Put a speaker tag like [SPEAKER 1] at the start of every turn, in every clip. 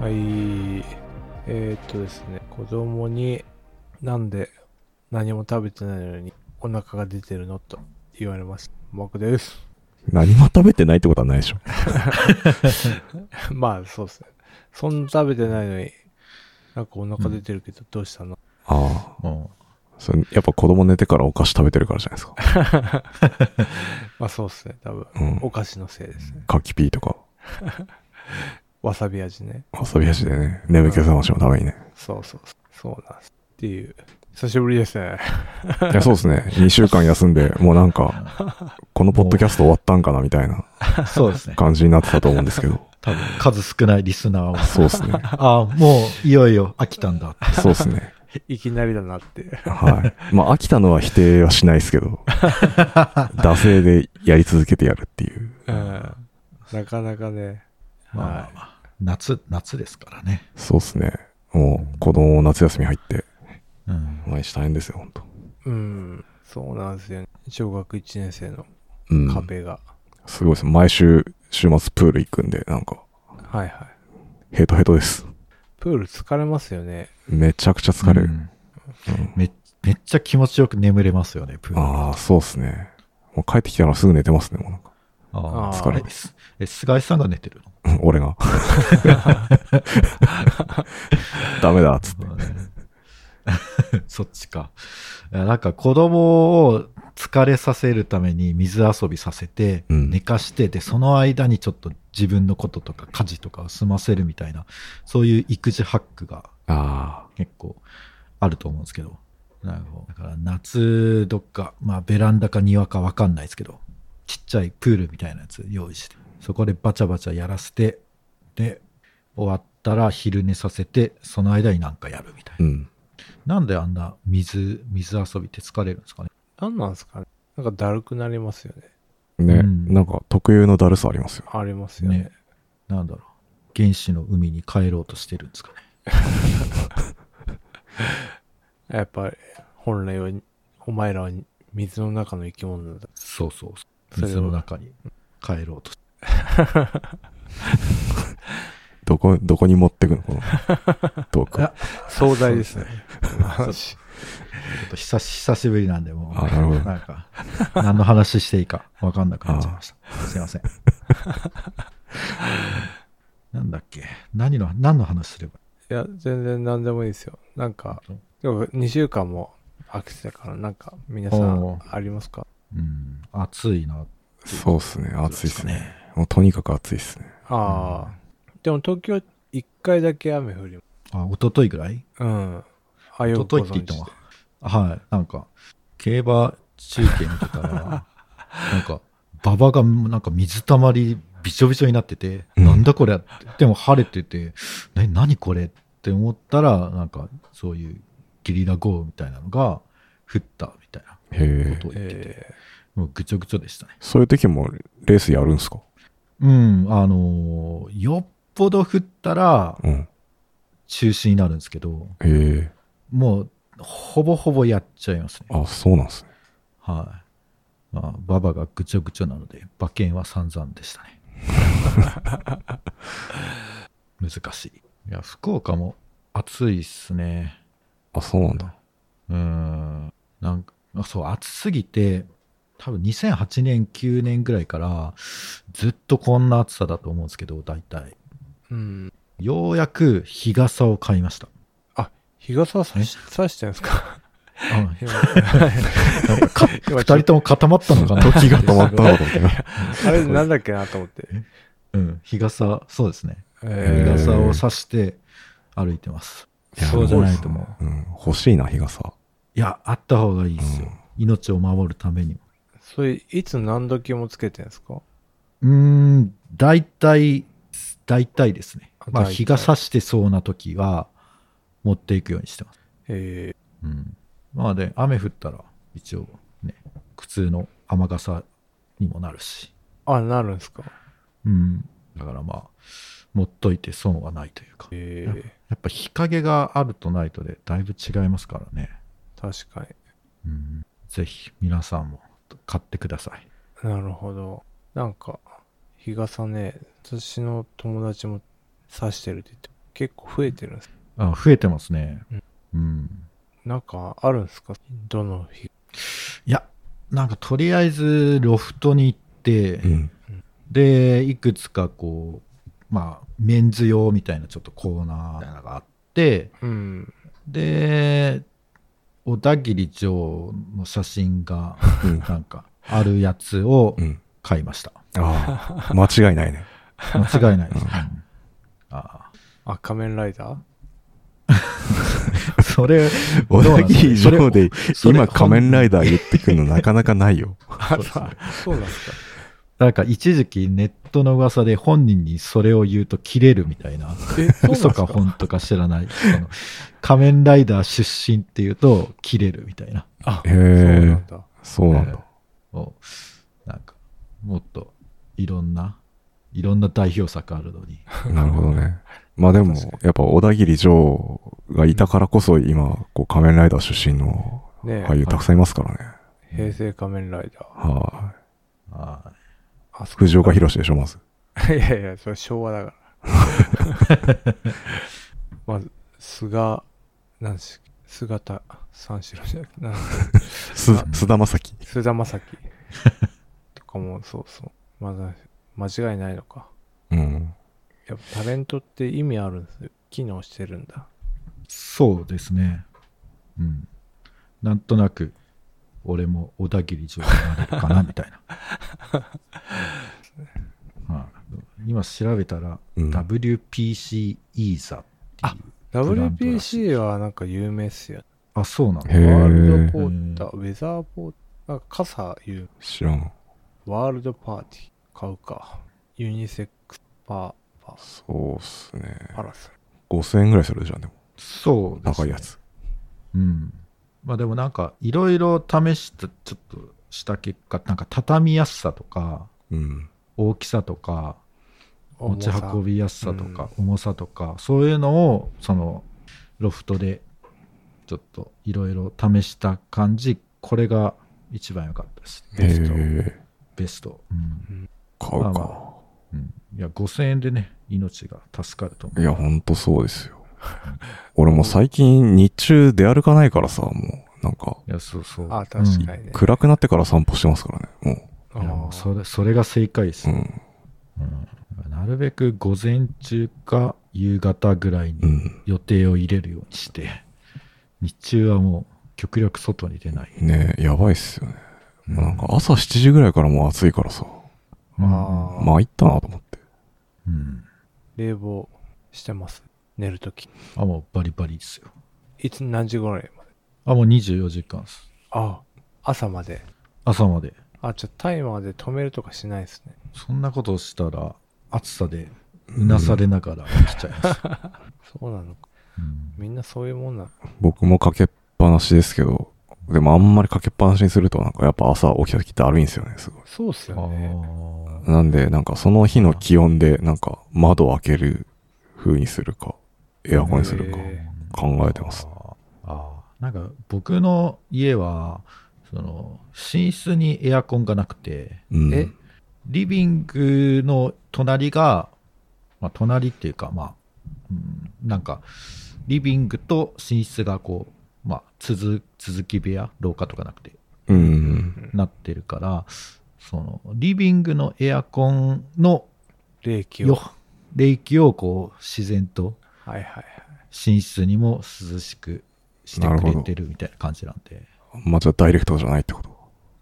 [SPEAKER 1] はい。えー、っとですね、子供になんで何も食べてないのにお腹が出てるのと言われました。僕です。
[SPEAKER 2] 何も食べてないってことはないでしょ。
[SPEAKER 1] まあそうですね。そんな食べてないのになんかお腹出てるけどどうしたの、
[SPEAKER 2] ああ。
[SPEAKER 3] うん。
[SPEAKER 2] それやっぱ子供寝てからお菓子食べてるからじゃないですか。
[SPEAKER 1] まあそうですね、多分。
[SPEAKER 2] うん
[SPEAKER 1] お菓子のせいですね。
[SPEAKER 2] カキピーとか、
[SPEAKER 1] わさび味ね。
[SPEAKER 2] わさび味でね、眠気覚ましのためにね。
[SPEAKER 1] そうそうそう。そうなんです。っていう。久しぶりですね。
[SPEAKER 2] いや、そうですね。2週間休んで、もうなんか、このポッドキャスト終わったんかなみたいな
[SPEAKER 3] そうですね。
[SPEAKER 2] 感じになってたと思うんですけど。
[SPEAKER 3] 多分、数少ないリスナーは。
[SPEAKER 2] そうですね。
[SPEAKER 3] ああ、もう、いよいよ飽きたんだ。
[SPEAKER 2] そうですね。
[SPEAKER 1] いきなりだなって。
[SPEAKER 2] はい。まあ、飽きたのは否定はしないですけど、惰性でやり続けてやるっていう。
[SPEAKER 1] うん。なかなかね。
[SPEAKER 3] まあまあまあ、夏、夏ですからね。
[SPEAKER 2] そうですね。もう、子供夏休み入って、
[SPEAKER 3] うん。
[SPEAKER 2] 毎日大変ですよ、ほんと。
[SPEAKER 1] うん。そうなんですよね。小学1年生の
[SPEAKER 2] うん。
[SPEAKER 1] 壁が。
[SPEAKER 2] すごいです。毎週、週末プール行くんで、なんか、
[SPEAKER 1] はいはい。
[SPEAKER 2] ヘトヘトです。
[SPEAKER 1] プール疲れますよね。
[SPEAKER 2] めちゃくちゃ疲れ
[SPEAKER 3] う
[SPEAKER 2] る。
[SPEAKER 3] んめめっちゃ気持ちよく眠れますよね、プール。
[SPEAKER 2] ああ、そうですね。もう帰ってきたらすぐ寝てますね、もうなんか。
[SPEAKER 3] あ
[SPEAKER 1] あー
[SPEAKER 3] ー
[SPEAKER 2] 疲れます
[SPEAKER 3] え、菅井さんが寝てるの
[SPEAKER 2] 俺が。 ダメだ、つって。
[SPEAKER 3] そっちか。いやなんか子供を疲れさせるために水遊びさせて、
[SPEAKER 2] うん
[SPEAKER 3] 寝かしてて、その間にちょっと自分のこととか家事とかを済ませるみたいな、そういう育児ハックが
[SPEAKER 2] あ
[SPEAKER 3] 結構あると思うんですけど。なるほど。だから夏どっか、まあベランダか庭かわかんないですけど、ちっちゃいプールみたいなやつ用意して、そこでバチャバチャやらせて、で、終わったら昼寝させて、その間になんかやるみたい
[SPEAKER 2] あ。う
[SPEAKER 3] な。
[SPEAKER 2] ん。
[SPEAKER 3] なんであんな水、水遊びって疲れるんですかね。
[SPEAKER 1] 何なんですかね。なんかだるくなりますよね。
[SPEAKER 2] ね、
[SPEAKER 3] うん
[SPEAKER 2] なんか特有のだるさありますよ。
[SPEAKER 1] ありますよね。
[SPEAKER 3] ねなんだろう。原始の海に帰ろうとしてるんですかね。
[SPEAKER 1] やっぱり本来は、お前らは水の中の生き物なん だ。
[SPEAKER 3] そうそうそ。
[SPEAKER 1] そうれを
[SPEAKER 3] 水の中に帰ろうとして。
[SPEAKER 2] どこ、どこに持ってく のこのトーク。
[SPEAKER 3] あ
[SPEAKER 1] 壮大ですね。 話
[SPEAKER 3] ちょっと久し久しぶりなんで、もう、
[SPEAKER 2] あなるほど
[SPEAKER 3] んか、何の話していいか分かんなくなっちゃいました。すいません。なんだっけ何の、何の話すれば
[SPEAKER 1] いや、全然何でもいいですよ。なんか、
[SPEAKER 3] いいの
[SPEAKER 1] 2週間も飽きてたから、なんか皆さ
[SPEAKER 3] お
[SPEAKER 1] ん
[SPEAKER 3] ー
[SPEAKER 1] ありますか
[SPEAKER 3] うん、暑いな。
[SPEAKER 2] そうっすね。暑いっすね。
[SPEAKER 3] ね。
[SPEAKER 2] もうとにかく暑いっすね。
[SPEAKER 1] ああ。でも東京1回だけ雨降りま
[SPEAKER 3] あ、一昨日ぐらい
[SPEAKER 1] うん。あ、
[SPEAKER 3] 一
[SPEAKER 1] よく
[SPEAKER 3] 昨
[SPEAKER 1] ご
[SPEAKER 3] 日っ
[SPEAKER 1] 存
[SPEAKER 3] て言った
[SPEAKER 1] 知
[SPEAKER 3] わ
[SPEAKER 1] で。
[SPEAKER 3] はい。なんか、競馬中継見て たら、なんか、馬場がなんか水たまりびちょびちょになってて、
[SPEAKER 2] うん
[SPEAKER 3] なんだこれでも晴れてて、な何これって思ったら、なんかそういうゲリラ豪雨みたいなのが降ったみたいな
[SPEAKER 2] へ
[SPEAKER 3] こ
[SPEAKER 2] え。
[SPEAKER 3] とを言ってて、
[SPEAKER 1] え
[SPEAKER 3] もうぐちょぐちょでしたね。
[SPEAKER 2] そういう時もレースやるんすか
[SPEAKER 3] うん、あのーよっぽど降ったら
[SPEAKER 2] うん。
[SPEAKER 3] 中止になるんですけど、
[SPEAKER 2] へえ。
[SPEAKER 3] もうほぼほぼやっちゃいますね。
[SPEAKER 2] あ、そうなんすね。
[SPEAKER 3] はい。まあ、ババがぐちょぐちょなので、馬券は散々でしたね。 難しい。いや、福岡も暑いっすね。
[SPEAKER 2] あ、そうなんだ。
[SPEAKER 3] うーん。なんか、あそう、暑すぎて、多分2008年、9年ぐらいから、ずっとこんな暑さだと思うんですけど、大体。
[SPEAKER 1] えうん。
[SPEAKER 3] ようやく日傘を買いました。
[SPEAKER 1] 日傘さしさしてんです か
[SPEAKER 3] あ
[SPEAKER 1] 今
[SPEAKER 3] 二人とも固まった のかな
[SPEAKER 2] 時が止まったのかと思って ね。
[SPEAKER 1] あれなんだっけなと思って。
[SPEAKER 3] うん、日傘、そうですね。日
[SPEAKER 1] え
[SPEAKER 2] え
[SPEAKER 3] 傘を差して歩いてます。
[SPEAKER 1] ー、そうじゃないと
[SPEAKER 3] 思う。
[SPEAKER 2] うん。欲しいな、日傘。
[SPEAKER 3] いや、あった方がいいですよ。命を守るためにも。
[SPEAKER 1] それ、いつ何時もつけてんですか
[SPEAKER 3] うーん、大体、大体ですね。まあ、
[SPEAKER 1] 大体
[SPEAKER 3] 日が差してそうな時は、持っていくようにしてます。
[SPEAKER 1] え
[SPEAKER 3] うん。まあ、で、雨降ったら、一応、ね、普通の雨傘にもなるし。
[SPEAKER 1] ー、あ、なるんですか
[SPEAKER 3] うん。だからまあ、持っといて損はないというか。や
[SPEAKER 1] え
[SPEAKER 3] っぱ日陰があるとないとで、だいぶ違いますからね。
[SPEAKER 1] えー、確か
[SPEAKER 3] うん。ぜひ、皆さんも買ってください。
[SPEAKER 1] に。なるほど。なんか、日傘ね、私の友達もさしてるって言って、結構増えてるんです。
[SPEAKER 3] あ増えてますね
[SPEAKER 1] うん。
[SPEAKER 3] うん。
[SPEAKER 1] なんかあるんですかどの日。
[SPEAKER 3] いや、なんかとりあえずロフトに行って、
[SPEAKER 2] うん。
[SPEAKER 3] で、いくつかこう、まあ、メンズ用みたいなちょっとコーナーみたいなのがあって、
[SPEAKER 1] うん。
[SPEAKER 3] で、小田切城の写真が、
[SPEAKER 2] うん
[SPEAKER 3] なんか、あるやつを
[SPEAKER 2] うん。
[SPEAKER 3] 買いました。
[SPEAKER 2] ああ、間違いないね。
[SPEAKER 3] 間違いないです。
[SPEAKER 2] うん
[SPEAKER 3] うんあ
[SPEAKER 1] あ、仮面ライダー
[SPEAKER 3] あそれ、
[SPEAKER 2] 小田切
[SPEAKER 3] どうな
[SPEAKER 2] 城
[SPEAKER 3] んで
[SPEAKER 2] です
[SPEAKER 3] か それ
[SPEAKER 2] 今仮面ライダー言ってくるの なかなかないよ。
[SPEAKER 1] あ
[SPEAKER 3] そうですね
[SPEAKER 1] そうなんですか。
[SPEAKER 3] なんか一時期ネットの噂で本人にそれを言うと切れるみたいな、
[SPEAKER 1] え、そうなんです
[SPEAKER 3] 嘘
[SPEAKER 1] か
[SPEAKER 3] か本とか知らない。その仮面ライダー出身っていうと切れるみたいな。
[SPEAKER 1] あ、
[SPEAKER 2] へ
[SPEAKER 1] そうな
[SPEAKER 2] え
[SPEAKER 1] ん、だ。
[SPEAKER 2] そうなんだ。
[SPEAKER 3] もうなんか、もっといろんな、いろんな代表作あるのに。
[SPEAKER 2] なるほどね。まあでも
[SPEAKER 1] 確か、
[SPEAKER 2] やっぱ小田切城がいたからこそ今、こう仮面ライダー出身の
[SPEAKER 1] ね
[SPEAKER 2] 俳優たくさんいますからね。
[SPEAKER 1] え、平成仮面ライダー。
[SPEAKER 2] はい。
[SPEAKER 3] は
[SPEAKER 1] あ、そ
[SPEAKER 2] 藤岡弘でしょ、まず。
[SPEAKER 1] いやいや、それ昭和だから。 まず、菅、なんし、菅田三四郎じゃなくて、なん
[SPEAKER 2] す、菅田将暉。
[SPEAKER 1] 菅田将 暉とかもそうそう。まだ、間違いないのか。
[SPEAKER 2] うん。
[SPEAKER 1] やっぱタレントって意味あるんですよ。機能してるんだ。
[SPEAKER 3] いそうですね。うん。なんとなく、俺も小田切城になれるかな、みたい な。はい今調べたら、
[SPEAKER 2] うん
[SPEAKER 3] WPC イーザっていう。ブランドらしい
[SPEAKER 1] WBC はなんか有名っすよね。
[SPEAKER 3] あ、そうなんだ
[SPEAKER 2] へ。ー
[SPEAKER 1] ワールドポーター、ウェザーポーター、なんか傘言う。
[SPEAKER 2] 知らん。
[SPEAKER 1] ワールドパーティー、買うか。ユニセックスパー、パー、
[SPEAKER 2] そうっすね。
[SPEAKER 1] パラス。
[SPEAKER 2] 5000円ぐらいするじゃん、でも。
[SPEAKER 3] そうです、
[SPEAKER 2] 高
[SPEAKER 3] ね。
[SPEAKER 2] いやつ。
[SPEAKER 3] うん。まあでもなんか、いろいろ試した、ちょっとした結果、なんか畳みやすさとか、
[SPEAKER 2] うん。
[SPEAKER 3] 大きさとか、持ち運
[SPEAKER 1] び。
[SPEAKER 3] びやすさとか、重さとか、そういうのを、その、ロフトで、ちょっといろいろ試した感じ、これが一番良かったです。
[SPEAKER 2] へ
[SPEAKER 3] ベスト。
[SPEAKER 2] え。
[SPEAKER 3] ベスト。うん。
[SPEAKER 2] 買
[SPEAKER 3] ま
[SPEAKER 2] う
[SPEAKER 3] あ
[SPEAKER 2] か。
[SPEAKER 3] まうん、いや、5000円でね、命が助かると思う。
[SPEAKER 2] いや、ほんとそうですよ。 俺もう最近日中出歩かないからさ、もう、なんか、
[SPEAKER 3] いや、そうそう。
[SPEAKER 1] あ、確か
[SPEAKER 3] うん
[SPEAKER 1] にね。
[SPEAKER 2] 暗くなってから散歩してますからね、もう。
[SPEAKER 1] あ
[SPEAKER 3] いやもう
[SPEAKER 1] ー
[SPEAKER 3] それそれが正解です
[SPEAKER 2] う
[SPEAKER 3] よ、
[SPEAKER 2] ん。
[SPEAKER 3] うんなるべく午前中か夕方ぐらいに
[SPEAKER 2] うん。
[SPEAKER 3] 予定を入れるようにして、日中はもう極力外に出ない。
[SPEAKER 2] ねえ、やばいっすよね。
[SPEAKER 3] うん
[SPEAKER 2] なんか朝7時ぐらいからもう暑いからさ、
[SPEAKER 3] うん
[SPEAKER 1] あー
[SPEAKER 2] 参ったなと思って。
[SPEAKER 3] うん
[SPEAKER 1] 冷房してます。寝るとき。
[SPEAKER 3] あ、もうバリバリですよ。
[SPEAKER 1] いつ何時頃まで
[SPEAKER 3] あ、もう24時間です。
[SPEAKER 1] あ朝まで。
[SPEAKER 3] 朝まで。
[SPEAKER 1] あ、じゃあタイマーで止めるとかしないですね。
[SPEAKER 3] そんなことをしたら暑さでうなされながら来ちゃいます。
[SPEAKER 1] そうなのか。
[SPEAKER 3] うん
[SPEAKER 1] みんなそういうもんなの。
[SPEAKER 2] 僕もかけっぱなしですけど、でもあんまりかけっぱなしにするとなんかやっぱ朝起きた時だるいんですよね、すごい。
[SPEAKER 1] そうっす
[SPEAKER 3] あ
[SPEAKER 1] よね。
[SPEAKER 3] ー
[SPEAKER 2] なんで、なんかその日の気温でなんか窓開ける風にするか、エアコンにするか
[SPEAKER 1] へ
[SPEAKER 2] 考えてます。
[SPEAKER 3] あーなんか僕の家はその寝室にエアコンがなくて
[SPEAKER 2] うん。
[SPEAKER 1] え
[SPEAKER 3] リビングの隣が、まあ、隣っていうかまあ、うん、なんかリビングと寝室がこう、まあ、続続き部屋廊下とかなくて
[SPEAKER 2] うん。
[SPEAKER 3] なってるからそのリビングのエアコンの
[SPEAKER 1] 冷気を。
[SPEAKER 3] よ冷気をこう自然と
[SPEAKER 1] はいはいはい。
[SPEAKER 3] 寝室にも涼しくしてくれてるみたいな感じなんで。
[SPEAKER 2] まあ、じゃあダイレクトじゃないってこと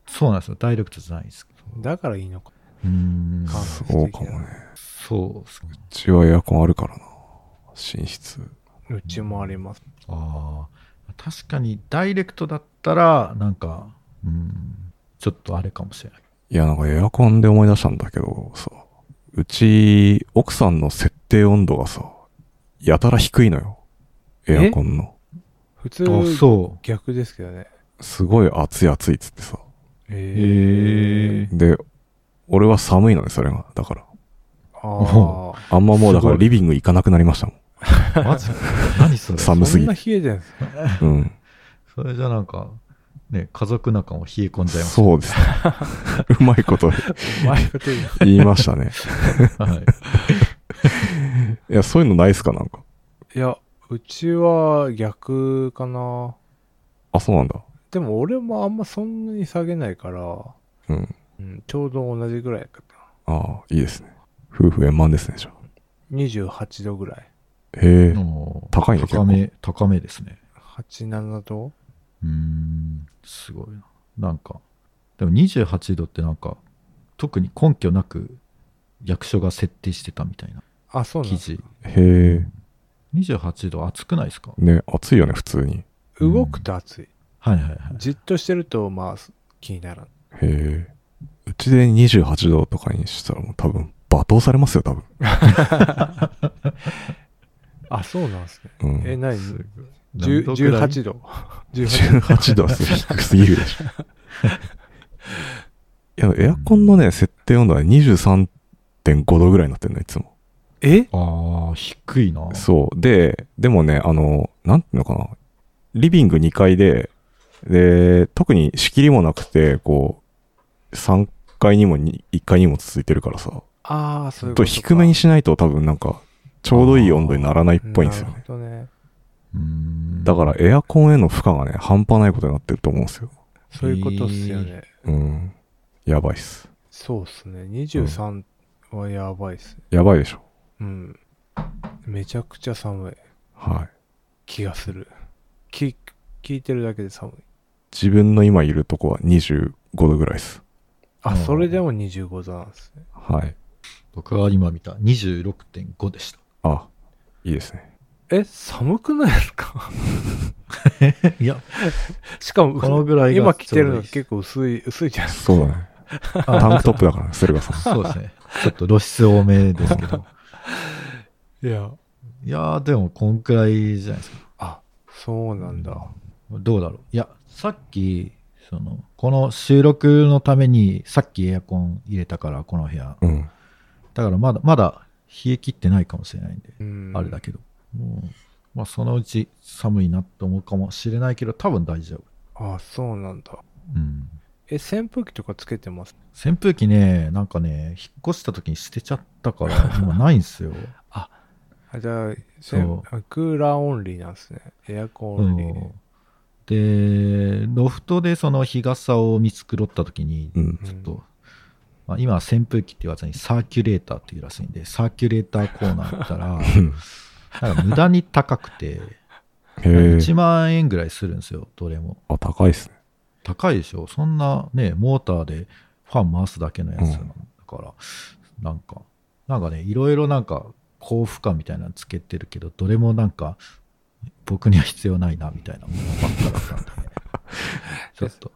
[SPEAKER 3] そうなんですよ。ダイレクトじゃないんですけど。
[SPEAKER 1] だからいいのか。
[SPEAKER 3] うーん。
[SPEAKER 1] 感
[SPEAKER 2] そ
[SPEAKER 1] 覚的な
[SPEAKER 2] うかもね。
[SPEAKER 3] そうっすね
[SPEAKER 2] うちはエアコンあるからな。寝室。
[SPEAKER 1] うちもあります。
[SPEAKER 3] ああ。確かに、ダイレクトだったら、なんか、うーん、ちょっとあれかもしれない。
[SPEAKER 2] いや、なんかエアコンで思い出したんだけどさ、うち、奥さんの設定温度がさ、やたら低いのよ。エアコンの。
[SPEAKER 1] 普通、
[SPEAKER 3] あそ
[SPEAKER 1] 逆ですけどね。
[SPEAKER 2] すごい暑い暑いっつってさ。
[SPEAKER 3] う。
[SPEAKER 1] ええ。
[SPEAKER 2] で、俺は寒いのね、それが。だから。
[SPEAKER 1] あ
[SPEAKER 2] あんまもうだか
[SPEAKER 3] すご
[SPEAKER 2] ら
[SPEAKER 3] い
[SPEAKER 2] リビング行かなくなりましたもん。
[SPEAKER 3] ー。マジ 何それ
[SPEAKER 2] 寒
[SPEAKER 1] あ。
[SPEAKER 2] む
[SPEAKER 1] そ
[SPEAKER 2] す
[SPEAKER 1] ん
[SPEAKER 2] ぎ
[SPEAKER 1] な冷えてんすか
[SPEAKER 2] うん。
[SPEAKER 3] それじゃなんか、ね、家族仲も冷え込んじゃいます。
[SPEAKER 2] そうです ね。うまいこと
[SPEAKER 1] 前こと言う
[SPEAKER 2] 言いましたね。
[SPEAKER 3] はい。
[SPEAKER 2] いや、そういうのないっすか、なんか。
[SPEAKER 1] いや、うちは逆かな。
[SPEAKER 2] あ、そうなんだ。
[SPEAKER 1] でも俺もあんまそんなに下げないから、
[SPEAKER 2] うん。
[SPEAKER 1] うん、ちょうど同じぐらいか
[SPEAKER 2] ああ、いいですね。夫婦円満ですね、じゃあ。
[SPEAKER 1] な。28度ぐらい。
[SPEAKER 2] へえ、
[SPEAKER 3] おー
[SPEAKER 2] 高いね結構
[SPEAKER 3] 高め、高めですね。
[SPEAKER 1] 87度
[SPEAKER 3] うーん、すごいな。なんか、でも28度ってなんか、特に根拠なく役所が設定してたみたいな
[SPEAKER 1] あ、そうなん
[SPEAKER 3] 記
[SPEAKER 1] だ
[SPEAKER 3] 事。
[SPEAKER 2] へえ。
[SPEAKER 3] 28度暑くないですか
[SPEAKER 2] ね、暑いよね、普通に。
[SPEAKER 1] 動くと暑い。
[SPEAKER 3] はいはいはい。
[SPEAKER 1] じっとしてると、まあ、気にならん。
[SPEAKER 2] へえ。うちで28度とかにしたらもう多分、罵倒されますよ、多分。
[SPEAKER 1] あ、そうなんですね。
[SPEAKER 2] うん。
[SPEAKER 1] え、何
[SPEAKER 3] すごい
[SPEAKER 1] 10 ?18 度。18
[SPEAKER 2] 18度はすごい低すぎるでしょ。 いや、エアコンのね、設定温度は23.5度ぐらいになってるの、いつも。
[SPEAKER 1] え
[SPEAKER 3] ああ、低いな。
[SPEAKER 2] そう。で、でもね、あの、なんていうのかな。リビング2階で、で、特に仕切りもなくて、こう、3階にもに1階にも続いてるからさ、
[SPEAKER 1] ああ、そういう
[SPEAKER 2] と
[SPEAKER 1] ことか。
[SPEAKER 2] 低めにしないと多分なんか、ちょうどいい温度にならないっぽいんですよ
[SPEAKER 1] な
[SPEAKER 2] ね
[SPEAKER 1] る。ほどね。
[SPEAKER 3] うーん。
[SPEAKER 2] だからエアコンへの負荷がね、半端ないことになってると思うんですよ。
[SPEAKER 1] そういうことっすよね。
[SPEAKER 2] うん。やばいっす。
[SPEAKER 1] そうっすね。23はやばいっすね。
[SPEAKER 2] やばいでしょ。
[SPEAKER 1] うん。めちゃくちゃ寒い
[SPEAKER 2] はい。
[SPEAKER 1] 気がする。き聞いてるだけで寒い。
[SPEAKER 2] 自分の今いるとこは25度ぐらいです。
[SPEAKER 1] あ、
[SPEAKER 3] うん
[SPEAKER 1] それでも25度なんですね。
[SPEAKER 2] はい。
[SPEAKER 3] 僕が今見た26.5でした。
[SPEAKER 2] あ、いいです ね。
[SPEAKER 1] え、寒くないです か
[SPEAKER 3] いや、
[SPEAKER 1] しかも、
[SPEAKER 3] このぐらいが
[SPEAKER 1] 今着てるの
[SPEAKER 3] ちょう
[SPEAKER 1] 結構薄い、薄いじゃないですか。
[SPEAKER 2] そうだね。タンクトップだからね、駿河さん。
[SPEAKER 3] そうですね。ちょっと露出多めですけ ど。
[SPEAKER 1] いや。
[SPEAKER 3] いやー、でもこんくらいじゃないですか。
[SPEAKER 1] あ、そうなんだ。
[SPEAKER 3] どうだろう。いや、さっき、その、この収録のために、さっきエアコン入れたから、この部屋。
[SPEAKER 2] うん。
[SPEAKER 3] だからまだ、まだ冷え切ってないかもしれないんで、
[SPEAKER 1] うん。
[SPEAKER 3] あれだけど。もうまあ、そのうち寒いなって思うかもしれないけど、多分大丈夫。
[SPEAKER 1] あ、そうなんだ。
[SPEAKER 3] うん。
[SPEAKER 1] え、扇風機とかつけてます
[SPEAKER 3] 扇風機ね、なんかね、引っ越した時に捨てちゃったから、今ないん すよ。
[SPEAKER 1] あじゃあ、せ
[SPEAKER 3] そ
[SPEAKER 1] あクーラーオンリーなんですね。エアコンオ
[SPEAKER 3] う
[SPEAKER 1] ン
[SPEAKER 3] ん
[SPEAKER 1] リー。
[SPEAKER 3] で、ロフトでその日傘を見繕った時に、
[SPEAKER 2] うん。
[SPEAKER 1] ちょっ
[SPEAKER 3] と、まあ、今は扇風機って言わずにサーキュレーターっていうらしいんで、サーキュレーターコーナー行ったら、 なんか無駄に高くて、
[SPEAKER 2] へえ。
[SPEAKER 3] 1万円ぐらいするんですよ、どれも。
[SPEAKER 2] あ、高いっすね。
[SPEAKER 3] 高いでしょ、そんなね、モーターでファン回すだけのやつなんだから、なんか、なんかね、いろいろなんか、高負荷みたいなのつけてるけど、どれもなんか、僕には必要ないな、みたいなものばっかだ ったんで、ね、ちょっと、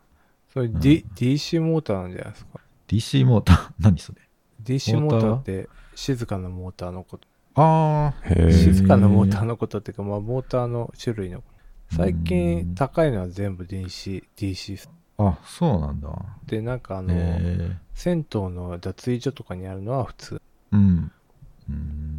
[SPEAKER 1] それ、D DC モーターなんじゃないですか。
[SPEAKER 3] DC モーター、 何それ
[SPEAKER 1] DC
[SPEAKER 3] モ
[SPEAKER 1] モ
[SPEAKER 3] ータ
[SPEAKER 1] ー
[SPEAKER 3] ー
[SPEAKER 1] タ
[SPEAKER 3] は
[SPEAKER 1] ーって静かなモーターのこと。
[SPEAKER 3] あ
[SPEAKER 2] へ
[SPEAKER 3] ー
[SPEAKER 2] え。
[SPEAKER 1] 静かなモーターのことっていうか、まあ、モーターの種類のこと。最
[SPEAKER 3] うん
[SPEAKER 1] 近高いのは全部 DC、DC っす
[SPEAKER 3] あ、あ、そうなんだ。
[SPEAKER 1] で、なんかあの、
[SPEAKER 3] えー
[SPEAKER 1] 銭湯の脱衣所とかにあるのは普通。
[SPEAKER 3] うん。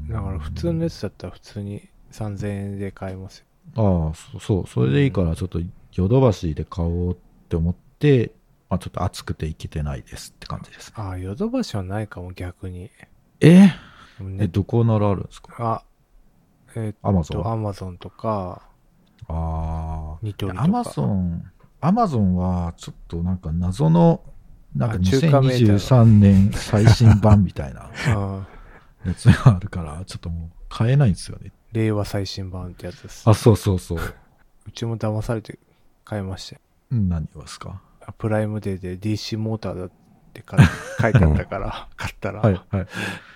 [SPEAKER 1] だから普通のやつだったら普通に3000円で買えますよ。
[SPEAKER 3] ああ、そそう、それでいいから、ちょっとヨドバシで買おうって思って、まあ、ちょっと暑くて行けてないですって感じです。
[SPEAKER 1] ああ、ヨドバシはないかも逆に。
[SPEAKER 3] え
[SPEAKER 1] ネッ
[SPEAKER 3] え、
[SPEAKER 1] ト
[SPEAKER 3] どこならあるんです
[SPEAKER 1] あ、
[SPEAKER 3] か
[SPEAKER 1] えっ
[SPEAKER 3] アマゾン。
[SPEAKER 1] と、
[SPEAKER 3] あ
[SPEAKER 1] アマゾンとか、
[SPEAKER 3] あ
[SPEAKER 1] ニトリ
[SPEAKER 3] ー。
[SPEAKER 1] とか。
[SPEAKER 3] アマゾン、アマゾンは、ちょっとなんか謎の、なんか
[SPEAKER 1] あ中華メーカー
[SPEAKER 3] 2023年最新版みたいな
[SPEAKER 1] うん
[SPEAKER 3] やつがあるから、ちょっともう買えないんですよね。
[SPEAKER 1] 令和最新版ってやつです。
[SPEAKER 3] あ、そうそうそう。
[SPEAKER 1] うちも騙されて買いましたよ
[SPEAKER 3] うん何をですか
[SPEAKER 1] あプライムデーで DC モーターだって書い 書いてあったから、買ったら、
[SPEAKER 3] はい。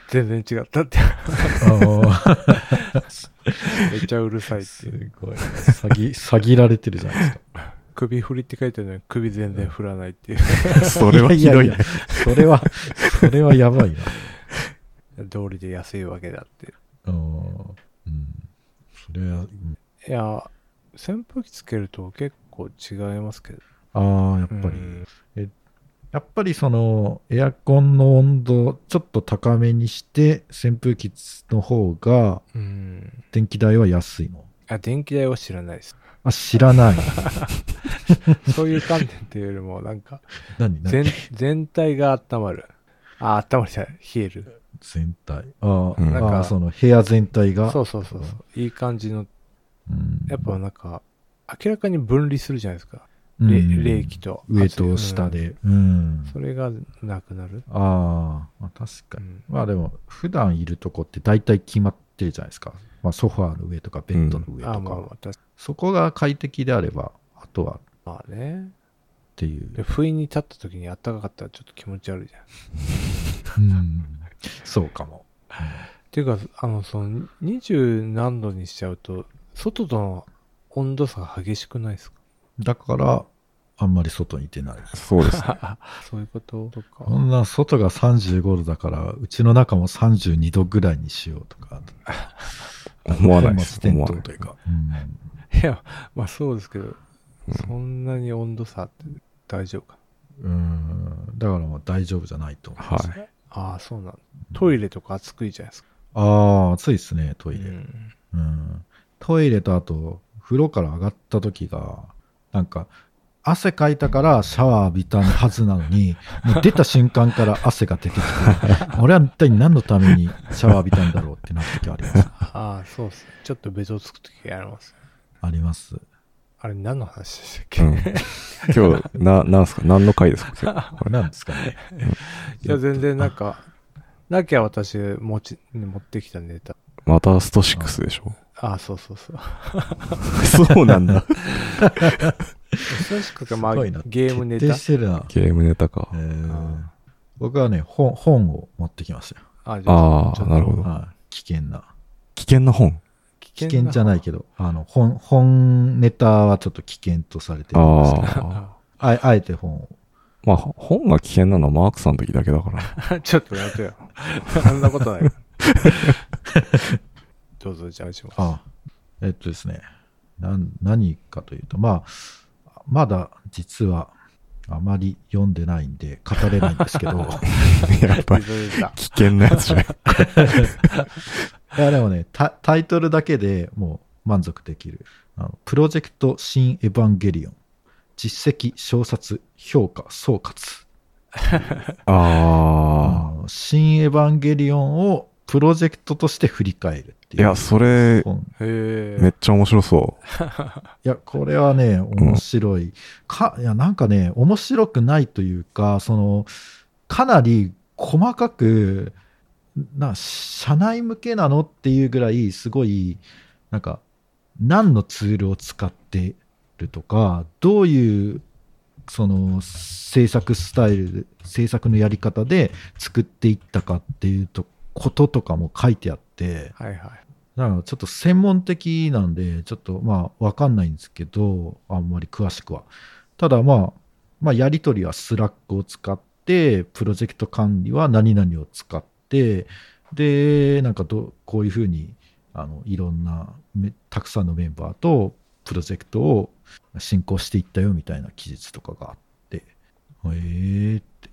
[SPEAKER 1] 全然違った って、
[SPEAKER 3] あ
[SPEAKER 1] めっちゃうるさい
[SPEAKER 3] あ、
[SPEAKER 1] っ
[SPEAKER 3] す
[SPEAKER 1] ていう。
[SPEAKER 3] ごい。詐欺、詐欺られてるじゃないですか。
[SPEAKER 1] 首振りって書いてあるのに首全然振らないっていう。
[SPEAKER 2] それはひどい
[SPEAKER 3] や
[SPEAKER 2] ね
[SPEAKER 3] や。それは、それはやばいな。
[SPEAKER 1] 道理で安いわけだって。
[SPEAKER 3] うん。それは、うん
[SPEAKER 1] いや、扇風機つけると結構違いますけど。
[SPEAKER 3] ああ、やっぱ
[SPEAKER 1] う
[SPEAKER 3] り。
[SPEAKER 1] ん
[SPEAKER 3] やっぱりその、エアコンの温度、ちょっと高めにして、扇風機の方が、
[SPEAKER 1] うん。
[SPEAKER 3] 電気代は安いの。
[SPEAKER 1] あ、電気代は知らない です。
[SPEAKER 3] あ、知ら ない。
[SPEAKER 1] そういう観点っていうよりも、なんか、
[SPEAKER 3] 何何
[SPEAKER 1] 全、全体が温まる。あ、頭にさ冷える。
[SPEAKER 3] 全体。ああ、
[SPEAKER 2] うん
[SPEAKER 1] な
[SPEAKER 3] な
[SPEAKER 1] んん
[SPEAKER 3] か
[SPEAKER 1] か
[SPEAKER 3] その部屋全体が。
[SPEAKER 1] そうそうそうそう。いい感じの、
[SPEAKER 3] うん
[SPEAKER 1] やっぱなんか、明らかに分離するじゃないですか。
[SPEAKER 3] うん
[SPEAKER 1] れ冷気と
[SPEAKER 3] 上
[SPEAKER 1] 暑い
[SPEAKER 3] と下で。うん。
[SPEAKER 1] それがなくなる。
[SPEAKER 3] ああ、まあ、確か
[SPEAKER 1] う
[SPEAKER 3] に。
[SPEAKER 1] ん
[SPEAKER 3] まあでも、普段いるとこって大体決まってるじゃないですか。まあソファーの上とかベッドの上
[SPEAKER 1] あ
[SPEAKER 3] と
[SPEAKER 1] まあま
[SPEAKER 3] か。
[SPEAKER 1] あ、確か
[SPEAKER 3] そこが快適であれば、あとはっ
[SPEAKER 1] まあね。
[SPEAKER 3] ていう
[SPEAKER 1] で、。不意に立った時に暖かかったらちょっと気持ち悪いじゃん。っ
[SPEAKER 3] うんそうかも。
[SPEAKER 1] ていうか、あの、その、20何度にしちゃうと、外との温度差が激しくないですか
[SPEAKER 3] だから、あんまり外に出ない。
[SPEAKER 2] そうです。
[SPEAKER 1] そういうことと
[SPEAKER 3] こ
[SPEAKER 1] か。
[SPEAKER 3] んな外が35度だから、うちの中も32度ぐらいにしようとか、
[SPEAKER 2] 思わないで
[SPEAKER 3] 本
[SPEAKER 2] す。
[SPEAKER 3] 末
[SPEAKER 2] 思
[SPEAKER 3] 転
[SPEAKER 2] わな
[SPEAKER 3] 倒
[SPEAKER 2] い
[SPEAKER 3] と。いうか。
[SPEAKER 1] いや、まあそうですけど、そんなに温度差って大丈夫か。
[SPEAKER 3] うん、うんだからまあ大丈夫じゃないと思います。
[SPEAKER 2] はい。
[SPEAKER 1] ああ、そうなんだトイレとか暑くいいじゃないですか。
[SPEAKER 3] ああ、暑いですね、トイレ、うん
[SPEAKER 1] ん
[SPEAKER 3] トイレとあと、風呂から上がった時が、なんか、汗かいたからシャワー浴びたはずなのに、もう出た瞬間から汗 が出てきて、俺は一体何のためにシャワー浴びたんだろうってなる時あります。
[SPEAKER 1] ああ、そうっすね。ちょっとベトつくときあります。
[SPEAKER 3] あります。
[SPEAKER 1] あれ、何の話でしたっ
[SPEAKER 2] う
[SPEAKER 1] け、
[SPEAKER 2] ん今日、な、なんすか何の回ですか今日
[SPEAKER 3] なんですかね。
[SPEAKER 1] いや、全然なんか、なきゃ私持ち、持ってきたネタ。
[SPEAKER 2] またスト6でしょ
[SPEAKER 1] ああ、そうそうそう。
[SPEAKER 2] そうなんだ。
[SPEAKER 1] 詳しくか、まあ、
[SPEAKER 3] すごいな
[SPEAKER 1] ゲームネ
[SPEAKER 3] 徹
[SPEAKER 1] タ
[SPEAKER 3] 底。してるな。
[SPEAKER 2] ゲームネタか。
[SPEAKER 3] えー僕はね本、本を持ってきましたよ。
[SPEAKER 1] あ、じゃち
[SPEAKER 2] あ
[SPEAKER 1] ょ
[SPEAKER 2] あ、
[SPEAKER 1] っと
[SPEAKER 2] なるほど。
[SPEAKER 3] はい危険な。
[SPEAKER 2] 危険な本。
[SPEAKER 1] 危
[SPEAKER 3] 危険じゃない
[SPEAKER 1] ど。
[SPEAKER 3] けど、あの、本、本ネタはちょっと危険とされてるんですけど
[SPEAKER 2] ああ。
[SPEAKER 3] あえあえて本を。
[SPEAKER 2] まあ、本が危険なのはマークさんの時だけだか ら。
[SPEAKER 1] ちょっと待 てよ。そんなことない。どうぞ、じゃあ、お願いします。
[SPEAKER 3] あえっとですね。なん、何かというと、まあ、まだ実はあまり読んでないんで語れないんですけど、
[SPEAKER 2] やっぱり、
[SPEAKER 1] 出てきた
[SPEAKER 2] 危険なやつじゃない。
[SPEAKER 3] いやでもねタ、タイトルだけでもう満足できる。あのプロジェクト・新エヴァンゲリオン。実績、小冊、評価、総括。
[SPEAKER 2] あ
[SPEAKER 3] あの新エヴァンゲリオンをプロジェクトとして振り返るっ
[SPEAKER 2] あ。
[SPEAKER 3] ていう。
[SPEAKER 2] いや、それ、
[SPEAKER 3] 本
[SPEAKER 1] へ
[SPEAKER 2] めっちゃ面白そ
[SPEAKER 3] いや、これはね、面白い。か、いや、なんかね、面白くないというか、その、かなり細かく、な、社内向けなのっていうぐらい、すごい、なんか、何のツールを使ってるとか、どういう、その、制作スタイル、制作のやり方で作っていったかっていうと、こととかも書いてあって、
[SPEAKER 1] はいはい。
[SPEAKER 3] だからちょっと専門的なんで、ちょっとまあわかんないんですけど、あんまり詳しくは。ただまあ、まあやりとりはスラックを使って、プロジェクト管理は何々を使って、で、なんかどこういうふうに、あの、いろんなめ、たくさんのメンバーとプロジェクトを進行していったよみたいな記述とかがあって、へえーって。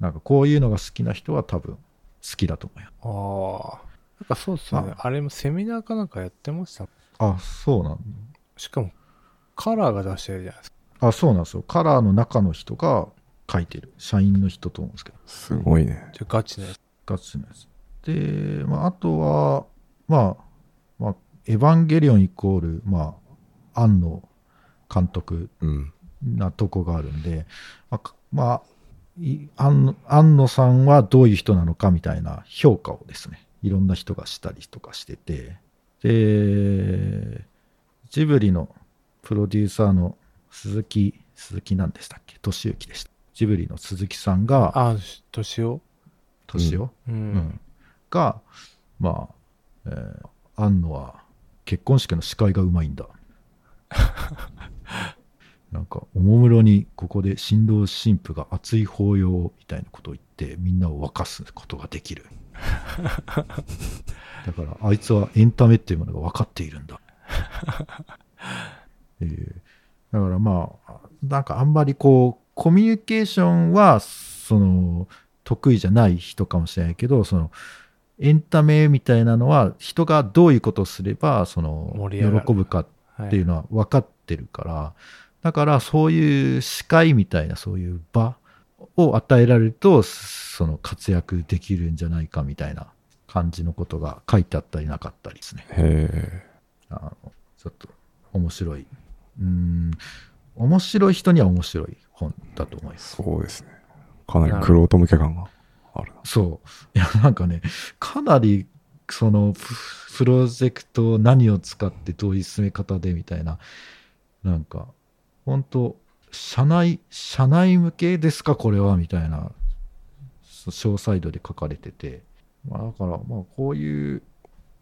[SPEAKER 3] なんかこういうのが好きな人は多分好きだと思います。
[SPEAKER 1] ああ。なんかそうっすよね。あれもセミナーかなんかやってました。
[SPEAKER 3] あ、そうなんだ。
[SPEAKER 1] しかも、カラーが出してるじゃないですか。
[SPEAKER 3] あそうなんですよカラーの中の人が書いてる社員の人と思うんですけど
[SPEAKER 2] う。すごいね。
[SPEAKER 1] じゃあガチのやつ。
[SPEAKER 3] ガチのやつで、まあ、あとは、まあ、まあ、エヴァンゲリオンイコール、まあ、庵野監督
[SPEAKER 2] うん。
[SPEAKER 3] なとこがあるんで、まあか、まあ、い庵野庵野さんはどういう人なのかみたいな評価をですね、いろんな人がしたりとかしてて、で、ジブリのプロデューサーの鈴木、鈴木なんでしたっけ俊之でした。ジブリの鈴木さんが、
[SPEAKER 1] ああ、し年を。
[SPEAKER 3] 俊夫、
[SPEAKER 1] う
[SPEAKER 3] うんん。が、まあ、えー、庵野は結婚式の司会がうまいんだ。なんか、おもむろにここで新郎新婦が熱い抱擁をみたいなことを言って、みんなを沸かすことができる。だから、あいつはエンタメっていうものが分かってい るんだ。えーだからまあ、なんかあんまりこう、コミュニケーションは、その、得意じゃない人かもしれないけど、その、エンタメみたいなのは、人がどういうことをすれば、その、
[SPEAKER 1] 盛り上がる
[SPEAKER 3] 喜ぶか
[SPEAKER 1] は
[SPEAKER 3] っていうのは分かってるから、だからそういう司会みたいなそういう場を与えられると、その活躍できるんじゃないかみたいな感じのことが書いてあったりなかったりですね。
[SPEAKER 2] へえ。
[SPEAKER 3] あのちょっと面白い。うーん、面白い人には面白い本だと思います。
[SPEAKER 2] そうですね。かなりクロート向け感があるな。
[SPEAKER 3] そう。いや、なんかね、かなり、その、ププロジェクトを何を使ってどういう進め方でみたいな、なんか、本当社内、社内向けですか、これは、みたいな、そ詳細度で書かれてて、まあ、だから、まあ、こういう、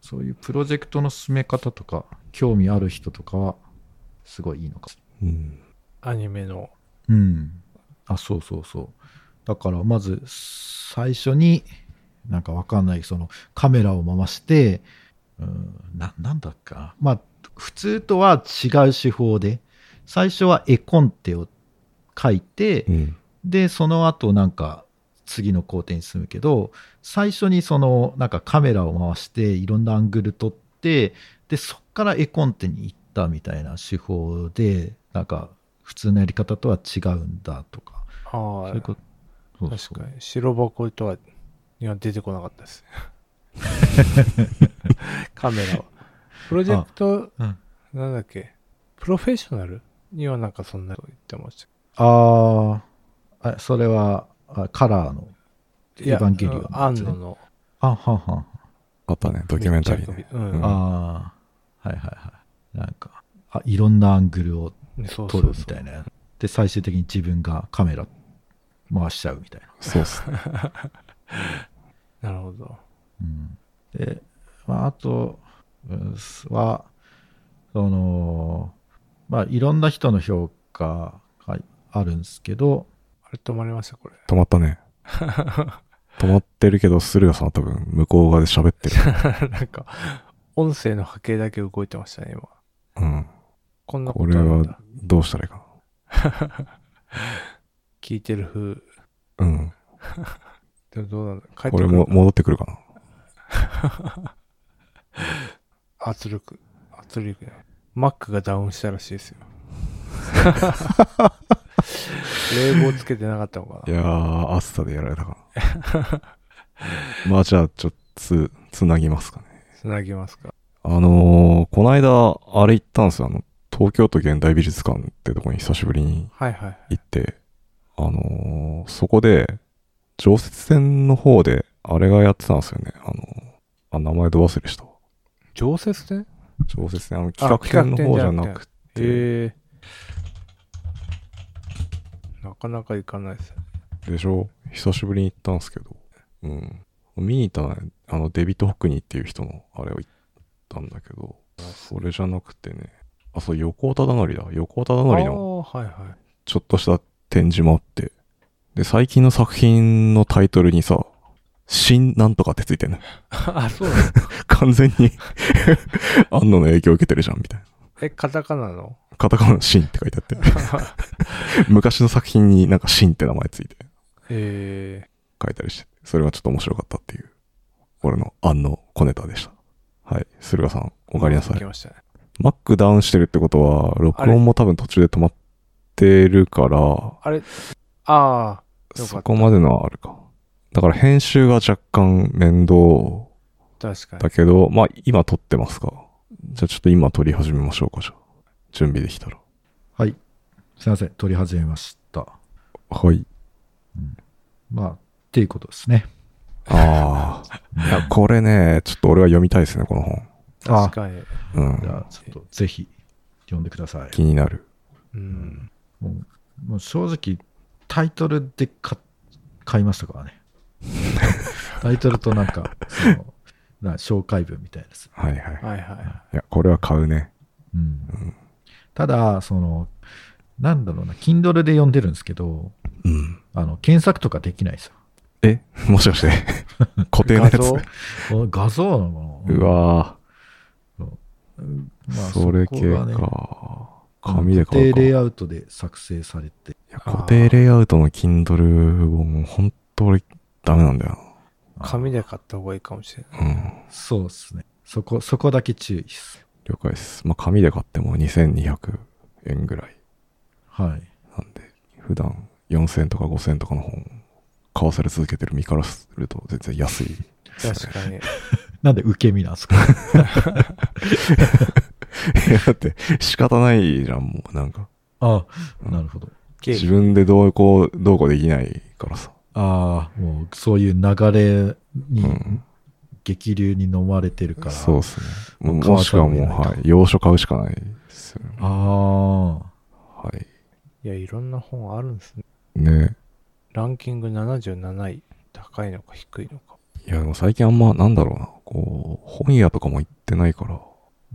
[SPEAKER 3] そういうプロジェクトの進め方とか、興味ある人とかは、すごいいいのかも
[SPEAKER 2] うん。
[SPEAKER 1] アニメの。
[SPEAKER 3] うん。あ、そうそうそう。だから、まず、最初に、なんかわかんない、その、カメラを回して、うん、な、なんだっけな。まあ、普通とは違う手法で、最初は絵コンテを書いて
[SPEAKER 2] う、ん。
[SPEAKER 3] で、その後、なんか、次の工程に進むけど、最初にその、なんかカメラを回して、いろんなアングル撮って、で、そっから絵コンテに行ったみたいな手法で、なんか、普通のやり方とは違うんだとか、
[SPEAKER 1] あ
[SPEAKER 3] そういう
[SPEAKER 1] あ、
[SPEAKER 3] こと。そうそう
[SPEAKER 1] 確かに。白箱とは、には出てこなかった です。カメラは。プロジェクト、
[SPEAKER 3] うん
[SPEAKER 1] なんだっけ、プロフェッショナルにはなんかそんなこと言ってました
[SPEAKER 3] あーあ、それは、あカラーの、
[SPEAKER 1] け
[SPEAKER 3] エ
[SPEAKER 1] ど。い
[SPEAKER 3] ヴ
[SPEAKER 1] や
[SPEAKER 3] ァンゲリオンのやつね
[SPEAKER 1] あの安野の。
[SPEAKER 3] あ、はんはんはん。
[SPEAKER 2] あったね、ドキュメンタリーね。
[SPEAKER 1] うん
[SPEAKER 2] うん
[SPEAKER 3] ああ、はいはいはい。なんか、あいろんなアングルを
[SPEAKER 1] ねそうそ
[SPEAKER 3] 撮
[SPEAKER 1] うそ
[SPEAKER 3] る
[SPEAKER 1] う
[SPEAKER 3] みたいな。で、最終的に自分がカメラ回しちゃうみたいな。
[SPEAKER 2] そうっすね。
[SPEAKER 1] なるほど。
[SPEAKER 3] うんで、まあ、あとうんすは、その、まあ、いろんな人の評価があるんですけど、
[SPEAKER 1] あれ止まりました、これ。
[SPEAKER 2] 止まったね。止まってるけど、駿河さんは多分、向こう側で喋ってる。
[SPEAKER 1] なんか、音声の波形だけ動いてましたね、今。
[SPEAKER 2] うん。
[SPEAKER 1] こんなこ
[SPEAKER 2] ことれ
[SPEAKER 1] あるん
[SPEAKER 2] は
[SPEAKER 1] だ、
[SPEAKER 2] どうしたらいいか
[SPEAKER 1] 聞いてる風。
[SPEAKER 2] な。うん。
[SPEAKER 1] でもどうなんだ帰って
[SPEAKER 2] こ
[SPEAKER 1] く
[SPEAKER 2] れ
[SPEAKER 1] る
[SPEAKER 2] も、戻ってくるかな。
[SPEAKER 1] 圧力。圧力ね。マックがダウンしたらしいです よ。冷房つけてなかったのか
[SPEAKER 2] い
[SPEAKER 1] な
[SPEAKER 2] やー、暑さでやられたかな。まあじゃあ、ちょっとつ、つなぎますかね。
[SPEAKER 1] つなぎますか。
[SPEAKER 2] あのー、こないだ、あれ行ったんですよ。あの、東京都現代美術館ってとこに久しぶりに
[SPEAKER 1] はいはいはい。
[SPEAKER 2] 行って、あのー、そこで、常設線の方で、あれがやってたんですよね。あのー、あ、名前ど忘れしたわ。
[SPEAKER 1] 常設展
[SPEAKER 2] 常設線、あの、企画展の方じゃなくて、
[SPEAKER 1] へえ。なかなか行かないです。
[SPEAKER 2] でしょ久しぶりに行ったんですけど、うん。見に行ったのはあの、デビット・ホックニーっていう人のあれを行ったんだけど、それじゃなくてね、あ、そう、横尾忠則だ。横尾忠
[SPEAKER 1] ああ
[SPEAKER 2] 則の
[SPEAKER 1] ー、はい はい。
[SPEAKER 2] ちょっとした展示もあって、で、最近の作品のタイトルにさ、新なんとかってついてんね。
[SPEAKER 1] あ、そうなの
[SPEAKER 2] 完全に、 あんのの影響を受けてるじゃん、みたいな。
[SPEAKER 1] え、カタカナ の
[SPEAKER 2] カタカナの新って書いてあって、昔の作品になんか新って名前ついて
[SPEAKER 1] ええ。
[SPEAKER 2] 書いたりして、それがちょっと面白かったっていう、俺の案の小ネタでした。はい。駿河さん、おかえりなさい
[SPEAKER 1] 来。ましたね。
[SPEAKER 2] マックダウンしてるってことは、録音も多分途中で止まってるから、
[SPEAKER 1] あれああ、よか
[SPEAKER 2] そ
[SPEAKER 1] っ
[SPEAKER 2] こまでのはあるか。だから編集が若干面倒
[SPEAKER 1] た。確かに。
[SPEAKER 2] だけど、まあ今撮ってますか。じゃあちょっと今撮り始めましょうか、じゃあ準備できたら。
[SPEAKER 3] はい。すいません、撮り始めました。
[SPEAKER 2] はい。
[SPEAKER 3] まあ、っていうことですね。
[SPEAKER 2] ああ。いや、これね、ちょっと俺は読みたいですね、この本。
[SPEAKER 1] 確かに。
[SPEAKER 2] うん
[SPEAKER 3] じ。ゃあ、ちょっとぜひ読んでください。
[SPEAKER 2] 気になる。
[SPEAKER 1] うん。
[SPEAKER 3] もうもう正直、タイトルで買買いましたからね。タイトルとなんか、そのな紹介文みたいです。
[SPEAKER 2] はいはい。
[SPEAKER 1] はいはい。
[SPEAKER 2] いや、これは買うね。
[SPEAKER 3] うんただ、その、なんだろうな、Kindle で読んでるんですけど、
[SPEAKER 2] うん。
[SPEAKER 3] あの検索とかできないですよ。
[SPEAKER 2] えもしか して、固定のやつ、
[SPEAKER 1] 画像
[SPEAKER 2] ね、
[SPEAKER 3] この画像なのかな
[SPEAKER 2] う、わ
[SPEAKER 3] うん
[SPEAKER 2] ー、
[SPEAKER 3] まあ
[SPEAKER 2] それ系
[SPEAKER 3] こがね
[SPEAKER 2] か。紙で買
[SPEAKER 3] 固定
[SPEAKER 2] うか。
[SPEAKER 3] レイ
[SPEAKER 2] い
[SPEAKER 3] アウトで作成されて、
[SPEAKER 2] や固定レイアウトの Kindle 本、本当俺ダメなんだよ
[SPEAKER 1] 紙で買った方がいいかもしれない。
[SPEAKER 2] な。うん。
[SPEAKER 3] そうですね。そこ、そこだけ注意です。
[SPEAKER 2] 了解です。まあ、紙で買っても2200円ぐらい
[SPEAKER 3] はい。
[SPEAKER 2] なんで、普段4000とか5000とかの本、買わされ続けてる身からすると全然安いですね。
[SPEAKER 1] 確か に。
[SPEAKER 3] なんで受け身なんですか
[SPEAKER 2] い やだって仕方ないじゃん、もうなんか。
[SPEAKER 3] ああ、なるほど。
[SPEAKER 1] 経
[SPEAKER 2] 自
[SPEAKER 1] 費
[SPEAKER 2] 分でどうこう、どうこうできないからさ。
[SPEAKER 3] ああ、もうそういう流れ
[SPEAKER 2] う
[SPEAKER 3] に、
[SPEAKER 2] ん。
[SPEAKER 3] 激流に飲まれてるから。
[SPEAKER 2] そうですね。もう
[SPEAKER 3] 買わ
[SPEAKER 2] もしく
[SPEAKER 3] ざる
[SPEAKER 2] は
[SPEAKER 3] を得
[SPEAKER 2] も
[SPEAKER 3] な
[SPEAKER 2] う、
[SPEAKER 3] いと
[SPEAKER 2] はい。洋書買うしかないですよね。
[SPEAKER 3] ああ。
[SPEAKER 2] はい。
[SPEAKER 1] いや、いろんな本あるんですね。
[SPEAKER 2] ね
[SPEAKER 1] ランキング77位。高いのか低いのか。
[SPEAKER 2] いや、でも最近あんま、なんだろうな。こう、本屋とかも行ってないから、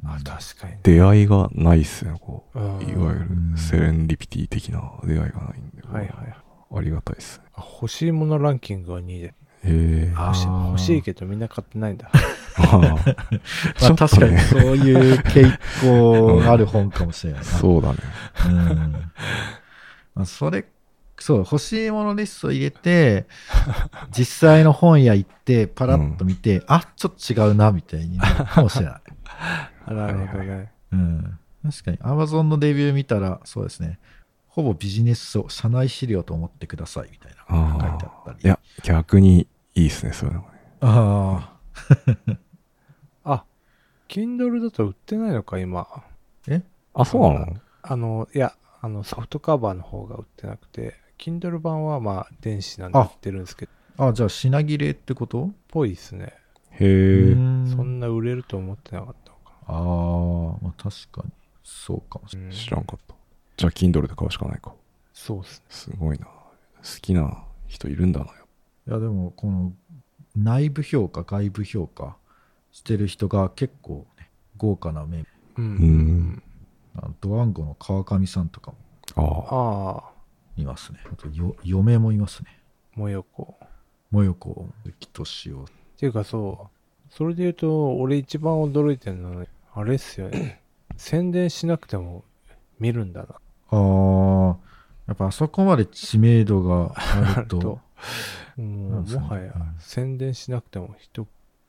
[SPEAKER 1] あ、確かにね。
[SPEAKER 2] 出会いがないっすよね。こ
[SPEAKER 1] う
[SPEAKER 2] う、
[SPEAKER 1] ん
[SPEAKER 2] いわゆるセレンディピティ的な出会いがないんで。
[SPEAKER 1] はいはい。
[SPEAKER 2] ありがたいっすね。
[SPEAKER 1] あ欲しいものランキングは2位で。
[SPEAKER 2] へえ。
[SPEAKER 3] あ
[SPEAKER 1] 欲しい
[SPEAKER 3] ー
[SPEAKER 1] 欲しいけどみんな買ってないんだ。
[SPEAKER 2] まあ
[SPEAKER 3] まあ、確かに
[SPEAKER 2] ね
[SPEAKER 3] そういう傾向ある本かもしれない な。
[SPEAKER 2] そうだね。
[SPEAKER 3] うんまあ、それ、そう、欲しいものリスト入 れて、実際の本屋行って、パラッと見て、あ、ちょっと違うな、みたいになるかもし れない。
[SPEAKER 1] あなるほどね。
[SPEAKER 3] うん。確かに、Amazon のレビュー見たら、そうですね。ほぼビジネス書、社内資料と思ってください、みたいなのが書いてあったり。
[SPEAKER 2] いや、逆にいいっすね、そういうのがね。
[SPEAKER 3] ああ。
[SPEAKER 1] あ、Kindle だと売ってないのか、今。
[SPEAKER 3] え
[SPEAKER 2] あ、そうなの
[SPEAKER 1] あの、いや、あの、ソフトカバーの方が売ってなくて、Kindle 版はまあ、電子なんで売
[SPEAKER 3] あ
[SPEAKER 1] ってるんですけど、
[SPEAKER 3] あ、じゃあ品切れってこと
[SPEAKER 1] ぽいですね。
[SPEAKER 2] へえ。
[SPEAKER 1] そ
[SPEAKER 3] そ
[SPEAKER 1] んな売れると思ってなかったのか。
[SPEAKER 3] あー、まあ、確かに。そうかもしれ
[SPEAKER 1] うん
[SPEAKER 2] 知らんかった。じゃあ、Kindle で買うしかないか。
[SPEAKER 1] そうですね。
[SPEAKER 2] すごいな。好きな人いるんだな。
[SPEAKER 3] ない。いや、でも、この内部評価、外部評価してる人が結構ね、豪華な面。
[SPEAKER 1] うん。
[SPEAKER 2] ん
[SPEAKER 3] あのドワンゴの川上さんとかも
[SPEAKER 2] ああ。
[SPEAKER 1] ああ、
[SPEAKER 3] いますね。あとよ、嫁もいますね。
[SPEAKER 1] もよこ。
[SPEAKER 3] もよこ、ゆきとしお。
[SPEAKER 1] っていうかそう、それで言うと、俺一番驚いてるのは、あれっすよね。宣伝しなくても見るんだな。
[SPEAKER 3] ああ、やっぱあそこまで知名度があ ると
[SPEAKER 1] と。も
[SPEAKER 3] なん
[SPEAKER 1] う
[SPEAKER 3] すね
[SPEAKER 1] もはや
[SPEAKER 3] うん
[SPEAKER 1] 宣伝しなくても人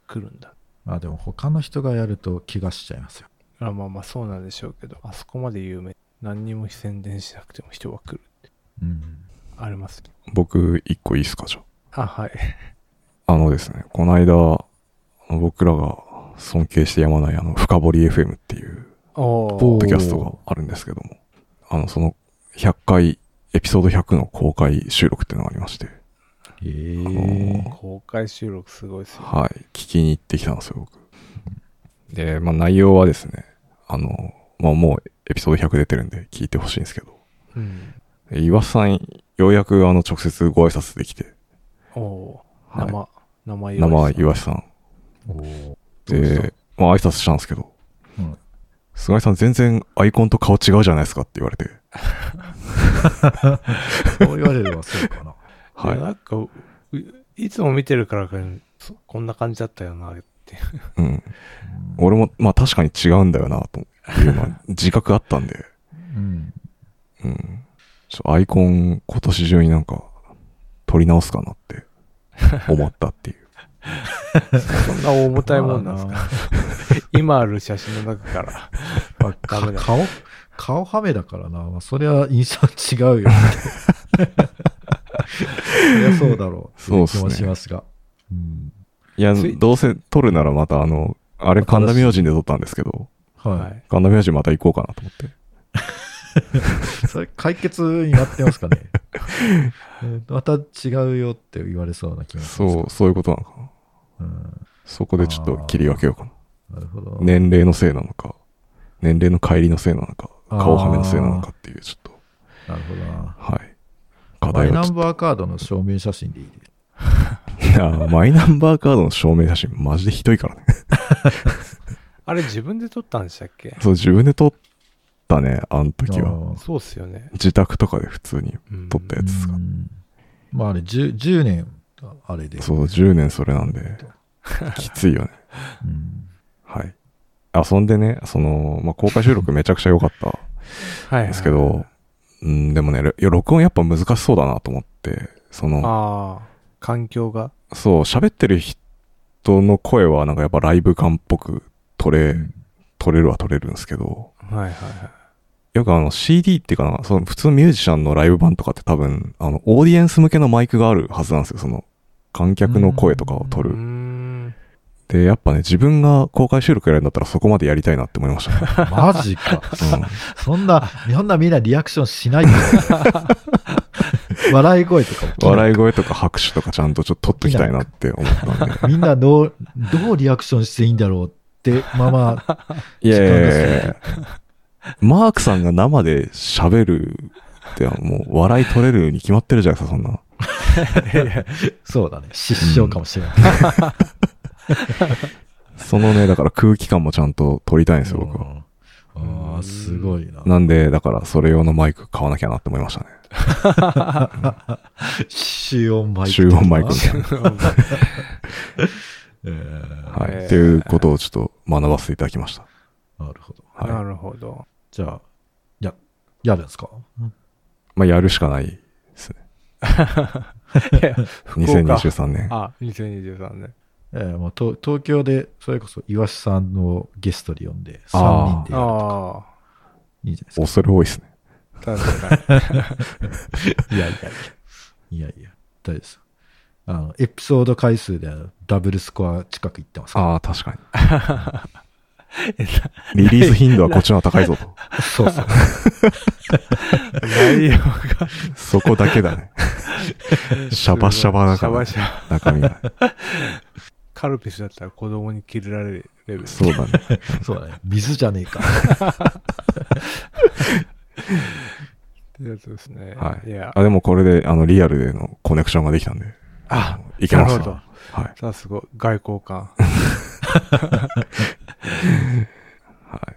[SPEAKER 1] 来るんだ。
[SPEAKER 3] まあでも他の人がやると怪我しちゃいますよ。
[SPEAKER 1] あまあまあそうなんでしょうけど、あそこまで有名。何にも宣伝しなくても人は来る。
[SPEAKER 3] うん。
[SPEAKER 1] あります。
[SPEAKER 2] 僕、一個いいっすか、じゃ
[SPEAKER 1] あ、はい。
[SPEAKER 2] あ。あのですね、この間、あの僕らが尊敬してやまない、あの、深掘り FM っていう、
[SPEAKER 1] お
[SPEAKER 2] ポ
[SPEAKER 1] ー
[SPEAKER 2] ッドキャストがあるんですけども、あの、その、100回、エピソード100の公開収録っていうのがありまして、
[SPEAKER 3] ええ
[SPEAKER 2] の
[SPEAKER 1] 公開収録すごいっすよ。
[SPEAKER 2] はい、聞きに行ってきたんですよ、僕。で、まあ、内容はですね、あの、まあ、もうエピソード100出てるんで聞いてほしいんですけど、
[SPEAKER 1] うん。
[SPEAKER 2] 岩瀬さん、ようやくあの、直接ご挨拶できて、
[SPEAKER 1] おおー。
[SPEAKER 2] はい
[SPEAKER 1] 生、生言わ
[SPEAKER 2] 生
[SPEAKER 1] れてた
[SPEAKER 2] 岩瀬さん。
[SPEAKER 3] おお。
[SPEAKER 2] で、まあ、挨拶したんですけど、
[SPEAKER 3] うん
[SPEAKER 2] 菅井さん全然アイコンと顔違うじゃないですかって言われて、
[SPEAKER 3] そう言われればそうかな。
[SPEAKER 2] はい
[SPEAKER 1] いや、なんか、ういつも見てるからか、そこんな感じだったよな、って。
[SPEAKER 2] うん。俺も、まあ確かに違うんだよな、というのは自覚あったんで、
[SPEAKER 3] うん。
[SPEAKER 2] うん。ちょっとアイコン今年中になんか、取り直すかなって思ったっていう。
[SPEAKER 1] そんな重たいもんなんですか。今ある写真の中 から。
[SPEAKER 3] まあ
[SPEAKER 1] ダメだ
[SPEAKER 3] 顔、顔はめだからな。まあ、それは印象 違うよ。そりゃそうだろう。
[SPEAKER 2] そうっすね
[SPEAKER 3] 気もしますが。うん。
[SPEAKER 2] いや、
[SPEAKER 1] つい
[SPEAKER 2] どうせ取るならまたあの、あれ神田明神で撮ったんですけど、
[SPEAKER 3] はい。
[SPEAKER 1] はい。
[SPEAKER 2] 神田明神また行こうかなと思って。
[SPEAKER 3] それ解決になってます かね。えーまた違うよって言われそうな気がします。
[SPEAKER 2] そう、そういうことなのかな。
[SPEAKER 3] うん。
[SPEAKER 2] そこでちょっと切り分けようかな。
[SPEAKER 3] なるほど。
[SPEAKER 2] 年齢のせいなのか、年齢の乖離のせいなのか、顔はめのせいなのかっていう、ちょっと、
[SPEAKER 3] なるほどな。
[SPEAKER 2] はい。課
[SPEAKER 3] マ
[SPEAKER 2] 題
[SPEAKER 3] イ
[SPEAKER 2] は
[SPEAKER 3] ナ
[SPEAKER 2] ちょ
[SPEAKER 3] ン
[SPEAKER 2] っ
[SPEAKER 3] バーカードの証明写真でいいです。
[SPEAKER 2] と あーマイナンバーカードの証明写真、マジでひどいからね。
[SPEAKER 1] あれ自分で撮ったんでしたっけ
[SPEAKER 2] そう、自分で撮ったね、あの時は。
[SPEAKER 3] あー
[SPEAKER 1] そうっすよね。
[SPEAKER 2] 自宅とかで普通に
[SPEAKER 1] うん
[SPEAKER 2] 撮ったやつですか
[SPEAKER 3] う。んまああれ 10, 10年あれで。
[SPEAKER 2] そう、10年それなん で、きついよね。
[SPEAKER 3] うん
[SPEAKER 2] はい。遊んでね、その、まあ、公開収録めちゃくちゃ良かった
[SPEAKER 1] はい、はい。
[SPEAKER 2] んですけ ど、うん、でもね、ろいや録音やっぱ難しそうだなと思って、その、
[SPEAKER 1] ああ、環境が。
[SPEAKER 2] そう、喋ってる人の声はなんかやっぱライブ感っぽく取れ、
[SPEAKER 3] うん
[SPEAKER 2] 取れるは取れるんですけど、
[SPEAKER 1] はいはいはい。
[SPEAKER 2] よくあの CD っていうかな、その普通のミュージシャンのライブ版とかって多分、あの、オーディエンス向けのマイクがあるはずなんですよ、その、観客の声とかを
[SPEAKER 1] う
[SPEAKER 2] 取
[SPEAKER 1] ー
[SPEAKER 2] る。
[SPEAKER 1] ん。
[SPEAKER 2] で、やっぱね、自分が公開収録やるんだったらそこまでやりたいなって思いましたね。
[SPEAKER 3] マジか。
[SPEAKER 2] うん
[SPEAKER 3] そんな、そんなみんなリアクションし ないよ笑い声とかも
[SPEAKER 2] 笑い声とか拍手とかちゃんとちょっと撮っときたいなって思ったん で。
[SPEAKER 3] みんなどう、どうリアクションしていいんだろうって、まま、
[SPEAKER 2] い
[SPEAKER 3] や
[SPEAKER 2] や
[SPEAKER 3] い
[SPEAKER 2] い
[SPEAKER 3] や
[SPEAKER 2] や
[SPEAKER 3] い
[SPEAKER 2] い
[SPEAKER 3] や
[SPEAKER 2] やマークさんが生で喋るってもう笑い取れるに決まってるじゃないですか、そんな。
[SPEAKER 3] そうだね、失笑かもしれない。
[SPEAKER 2] そのね、だから空気感もちゃんと撮りたいんですよ、僕は。
[SPEAKER 3] うんああ、すごいな。
[SPEAKER 2] なんで、だからそれ用のマイク買わなきゃなって思いましたね。
[SPEAKER 3] 集音マイク。
[SPEAKER 2] 集音マイクみたいな。
[SPEAKER 3] えー
[SPEAKER 2] はい。
[SPEAKER 1] えー
[SPEAKER 2] っていうことをちょっと学ばせていただきました。
[SPEAKER 3] なるほど。
[SPEAKER 2] はい。
[SPEAKER 1] なるほ ど。
[SPEAKER 3] じゃあ、や、やるんですか
[SPEAKER 2] まあ、やるしかないですね。
[SPEAKER 1] いや岡
[SPEAKER 2] 2023年。
[SPEAKER 1] あ、2023年。
[SPEAKER 3] えーもう東東京で、それこそ岩下さんをゲストで呼んで、3人
[SPEAKER 2] あー
[SPEAKER 3] でやるとか、
[SPEAKER 1] あ
[SPEAKER 3] いいじゃないです
[SPEAKER 2] 恐れ多いですね。
[SPEAKER 1] あ、確かに。
[SPEAKER 3] か。いやいやいや。いやいや、大丈夫ですよ。あの、エピソード回数でダブルスコア近くいってますか
[SPEAKER 2] ああ、確か に。リリース頻度はこっちの方が高いぞと。
[SPEAKER 3] ら。そう そう。
[SPEAKER 1] 内容が。
[SPEAKER 2] そこだけだね。シャバシャバだから、
[SPEAKER 1] シャバシャバ
[SPEAKER 2] 中身が。
[SPEAKER 1] カルピスだったら子供に切れられるレベル。
[SPEAKER 2] そうだね。
[SPEAKER 3] そうだね。水じゃねえか。
[SPEAKER 1] ってやつですね。
[SPEAKER 2] はい。
[SPEAKER 1] や、
[SPEAKER 2] あでもこれで、あの、リアルでのコネクションができたんで。
[SPEAKER 1] あ、
[SPEAKER 2] いけま
[SPEAKER 1] な
[SPEAKER 2] し
[SPEAKER 1] るほど
[SPEAKER 2] た。はい。
[SPEAKER 1] さす が、外交官。
[SPEAKER 2] はい。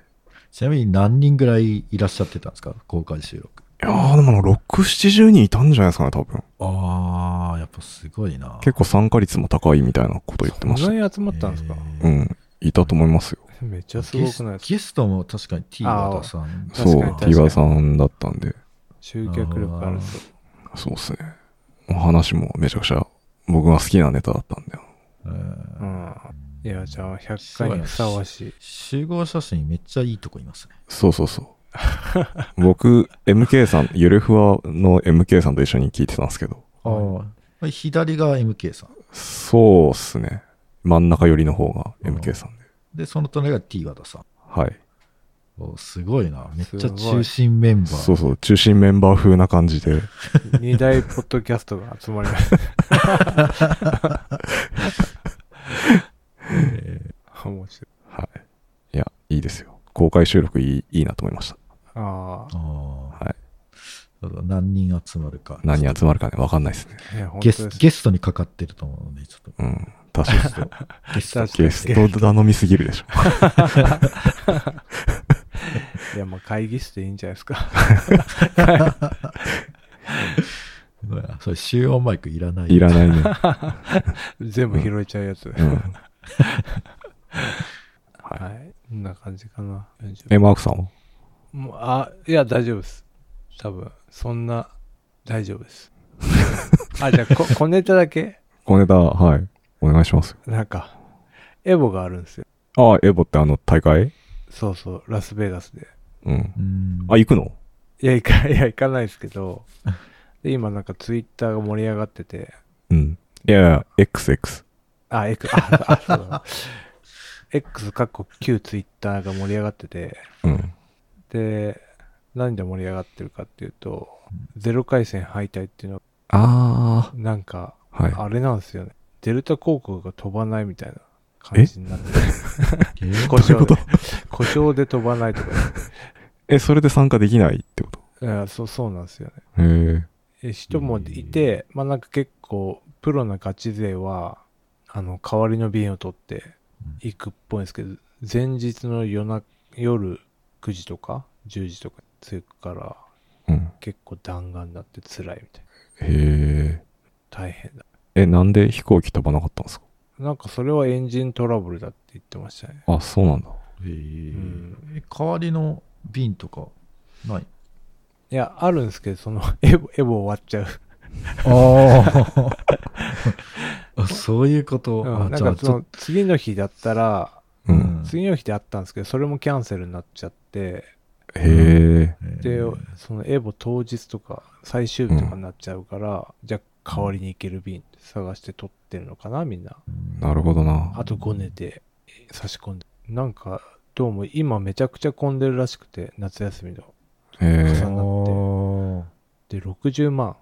[SPEAKER 3] ちなみに何人ぐらいいらっしゃってたんですか公開収録。
[SPEAKER 2] いやー、でも6、70人いたんじゃないですかね、多分。
[SPEAKER 3] ああ、やっぱすごいな。
[SPEAKER 2] 結構参加率も高いみたいなこと言ってまし
[SPEAKER 1] そ
[SPEAKER 2] た
[SPEAKER 1] ん。なに集まったんですか、
[SPEAKER 3] えー
[SPEAKER 2] うん。いたと思いますよ。
[SPEAKER 1] めっちゃす
[SPEAKER 3] ゲ
[SPEAKER 1] ご
[SPEAKER 3] ス
[SPEAKER 1] くないですか
[SPEAKER 3] ゲストも確かに T 和田さ
[SPEAKER 1] 確
[SPEAKER 3] ん。
[SPEAKER 1] か
[SPEAKER 2] そ
[SPEAKER 1] に
[SPEAKER 2] う、
[SPEAKER 1] 確か
[SPEAKER 2] テ
[SPEAKER 1] に
[SPEAKER 2] ィガさんだったんで。
[SPEAKER 1] 集客力あると。
[SPEAKER 2] そうっすね。お話もめちゃくちゃ僕が好きなネタだったんだよ。
[SPEAKER 3] えー
[SPEAKER 1] うん。いや、じゃあ、100回にふさわしい。
[SPEAKER 3] 集合写真めっちゃいいとこいますね。
[SPEAKER 2] そうそ うそう。僕、MK さん、ゆるふわの MK さんと一緒に聞いてたんですけど、
[SPEAKER 1] あー
[SPEAKER 3] あ。左が MK さん。
[SPEAKER 2] そうっすね。真ん中寄りの方が MK さんで。
[SPEAKER 3] で、その隣が T 和田さん。
[SPEAKER 2] はい。
[SPEAKER 3] おすごいな。めっちゃ
[SPEAKER 1] すごい
[SPEAKER 3] 中心メンバー。
[SPEAKER 2] そうそう、中心メンバー風な感じで。
[SPEAKER 1] 二大ポッドキャストが集まりま した。面白い。
[SPEAKER 2] はい。いや、いいですよ。公開収録いいいいなと思いました。
[SPEAKER 1] あ
[SPEAKER 3] あ
[SPEAKER 2] はい。
[SPEAKER 3] あ。ただ何人集まるか。
[SPEAKER 2] 何集まるかね、わかんないですね。
[SPEAKER 1] あ、いや、本当
[SPEAKER 3] ゲ
[SPEAKER 1] です
[SPEAKER 3] ス
[SPEAKER 1] ね。
[SPEAKER 3] ゲストにかかってると思うので、ち ょっ
[SPEAKER 2] うん。確かに。
[SPEAKER 3] と。ゲスト
[SPEAKER 1] 確
[SPEAKER 2] ゲスト頼みすぎるでしょ。
[SPEAKER 1] いや、まあ会議室でいいんじゃないですか。
[SPEAKER 3] うわそれ集音マイクいらない。
[SPEAKER 2] いらないね。
[SPEAKER 1] 全部拾えちゃうやつ。
[SPEAKER 2] うん。
[SPEAKER 1] はい。こんな感じかな。40
[SPEAKER 2] え、マークさんは
[SPEAKER 1] もうあ、いや、大丈夫です。多分、そんな、大丈夫です。あ、じゃあ、こ、小ネタだけ
[SPEAKER 2] 小ネタ、はい。お願いします。
[SPEAKER 1] なんか、エボがあるんですよ。
[SPEAKER 2] ああ、エボってあの大会
[SPEAKER 1] そうそう、ラスベガスで。
[SPEAKER 2] うん。
[SPEAKER 3] うん。
[SPEAKER 2] あ、行くの
[SPEAKER 1] いや、行か、いや、行かないですけど、で、今なんかツイッターが盛り上がってて、
[SPEAKER 2] うん。いやいや、XX。
[SPEAKER 1] あ、X、あ、あそうだ。X かっこ旧ツイッターが盛り上がってて、
[SPEAKER 2] うん。
[SPEAKER 1] で、何で盛り上がってるかっていうと、ゼロ回戦敗退っていうの
[SPEAKER 2] あ
[SPEAKER 1] なんか、
[SPEAKER 2] あ。はい。
[SPEAKER 1] あれなんですよね。デルタ航空が飛ばないみたいな感じになってて。
[SPEAKER 3] えー
[SPEAKER 1] 故
[SPEAKER 2] どういう
[SPEAKER 1] 障
[SPEAKER 2] こと
[SPEAKER 1] で、 故障で飛ばないとか、
[SPEAKER 2] え、それで参加できないってこと
[SPEAKER 1] いやそう、そうなんですよね
[SPEAKER 2] へえ。
[SPEAKER 1] え。人もいて、まあなんか結構、プロなガチ勢は、あの、代わりの便を取って行くっぽいんですけど、前日の夜な、夜9時とか、10時とか着くから、
[SPEAKER 2] うん。
[SPEAKER 1] 結構弾丸になって辛いみたいな。
[SPEAKER 2] へえ。
[SPEAKER 1] 大変だ。
[SPEAKER 2] え、なんで飛行機飛ばなかったんですか
[SPEAKER 1] なんかそれはエンジントラブルだって言ってましたね。
[SPEAKER 2] あ、そうなんだ。
[SPEAKER 3] え
[SPEAKER 1] う
[SPEAKER 3] ー
[SPEAKER 1] ん
[SPEAKER 3] え代わりの瓶とかない
[SPEAKER 1] いや、あるんですけど、その、エボ、エボ終わっちゃう。
[SPEAKER 3] ああ。 そういうこと。
[SPEAKER 1] うんな
[SPEAKER 3] あ
[SPEAKER 1] ん
[SPEAKER 3] じゃあ
[SPEAKER 1] か
[SPEAKER 3] ち
[SPEAKER 1] そ
[SPEAKER 3] ょっ
[SPEAKER 1] の次の日だったら、
[SPEAKER 2] うん。
[SPEAKER 1] 次の日であったんですけど、それもキャンセルになっちゃって、
[SPEAKER 2] へえ。
[SPEAKER 1] で
[SPEAKER 3] えー、
[SPEAKER 1] そのエボ当日とか最終日とかになっちゃうから、じゃあ代わりに行ける便探して取ってるのかなみんな
[SPEAKER 2] なるほどな。
[SPEAKER 1] あと5年で差し込んでなんかどうも今めちゃくちゃ混んでるらしくて夏休みの重
[SPEAKER 2] へえ
[SPEAKER 1] な。
[SPEAKER 3] おー
[SPEAKER 1] で60万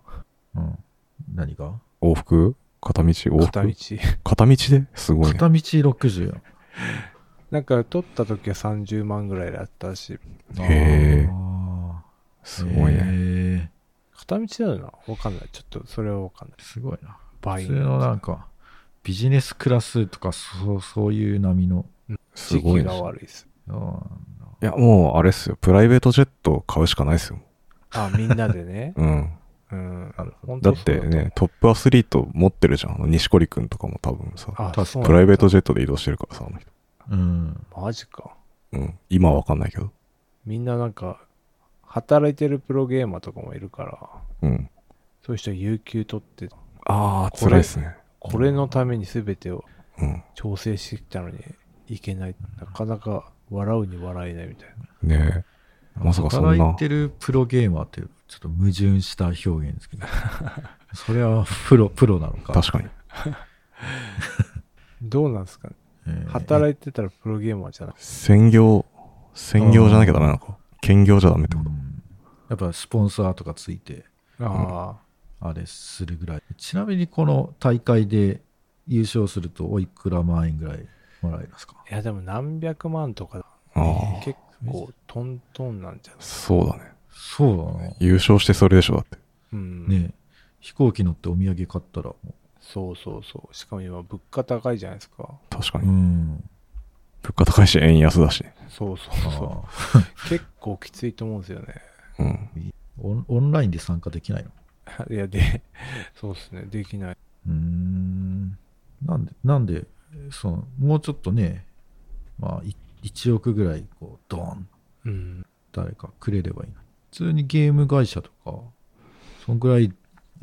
[SPEAKER 3] うん、何が
[SPEAKER 2] 往復片道往復
[SPEAKER 1] 片道
[SPEAKER 2] 片 道ですごいね。
[SPEAKER 3] 片道60円。
[SPEAKER 1] なんか取った時は30万ぐらいだったし
[SPEAKER 2] へー
[SPEAKER 3] あー
[SPEAKER 2] すごいね。
[SPEAKER 3] へ
[SPEAKER 1] 片道だよなわかんないちょっとそれはわかんない
[SPEAKER 3] ーすごいな。
[SPEAKER 1] 倍
[SPEAKER 3] 普通のなんか、ビジネスクラスとか、そうそういう波の。
[SPEAKER 2] す
[SPEAKER 1] 時
[SPEAKER 2] ご
[SPEAKER 1] 期
[SPEAKER 2] いね
[SPEAKER 1] が。悪いです
[SPEAKER 3] あ
[SPEAKER 2] いや、もうあれっすよ。プライベートジェット買うしかないっすよ。
[SPEAKER 1] あみんなでね
[SPEAKER 2] うん。
[SPEAKER 1] うん
[SPEAKER 3] ーなるほど。
[SPEAKER 1] 本
[SPEAKER 2] だ
[SPEAKER 1] 当
[SPEAKER 2] ってね、トップアスリート持ってるじゃん。あの、西堀くんとかも多分さ、
[SPEAKER 1] あ
[SPEAKER 3] 確か
[SPEAKER 1] そう
[SPEAKER 2] プライベート
[SPEAKER 1] じ
[SPEAKER 2] ジェットで移動してるからさ、あの人。
[SPEAKER 3] うん。
[SPEAKER 1] ゃマジか
[SPEAKER 2] うん。今はわかんないけど。
[SPEAKER 1] みんななんか、働いてるプロゲーマーとかもいるから、
[SPEAKER 2] うん。
[SPEAKER 1] そういう人は有給取って、
[SPEAKER 2] ああ、
[SPEAKER 1] これ
[SPEAKER 2] 辛いっすね。
[SPEAKER 1] これのために全てを
[SPEAKER 2] うん。
[SPEAKER 1] 調整してきたのにいけない。なかなか笑うに笑えないみたいな。
[SPEAKER 2] ねえ。まさかそん
[SPEAKER 3] 働。
[SPEAKER 2] ない
[SPEAKER 3] てるプロゲーマーって、ちょっと矛盾した表現ですけど。 それはプロ、プロなのか。
[SPEAKER 2] 確かに。
[SPEAKER 1] どうなんですかね
[SPEAKER 3] えー
[SPEAKER 1] 働いてたらプロゲーマーじゃなくて、
[SPEAKER 2] 専業、専業じゃなきゃダメなのか。兼業じゃダメってこと。
[SPEAKER 3] うんやっぱスポンサーとかついて、
[SPEAKER 1] あ
[SPEAKER 3] あれするぐらい。ちなみにこの大会で優勝すると、おいくら万円ぐらいもらえますか
[SPEAKER 1] あ、いやでも何百万とか、
[SPEAKER 2] ああ、
[SPEAKER 1] 結構トントンなんじゃない
[SPEAKER 2] そうだね。
[SPEAKER 3] そうだな。
[SPEAKER 2] 優勝してそれでしょ、だって。
[SPEAKER 1] うん。
[SPEAKER 3] ねえ飛行機乗ってお土産買ったらも
[SPEAKER 1] そうそうそう。しかも今物価高いじゃないですか。
[SPEAKER 2] 確か
[SPEAKER 3] う、
[SPEAKER 2] に。
[SPEAKER 3] ん。
[SPEAKER 2] 物価高いし、円安だしね。
[SPEAKER 1] そうそう
[SPEAKER 3] あ
[SPEAKER 1] そう。
[SPEAKER 3] あ
[SPEAKER 1] 結構きついと思うんですよね。
[SPEAKER 2] うん。
[SPEAKER 3] オンオンラインで参加できないの
[SPEAKER 1] いや、で、そうですね。できない。
[SPEAKER 3] うーん。なんで、なんで、その、もうちょっとね、まあ、い1億ぐらい、こう、ドーン、
[SPEAKER 1] うん。
[SPEAKER 3] 誰かくれればいいな。普通にゲーム会社とか、そんぐらい、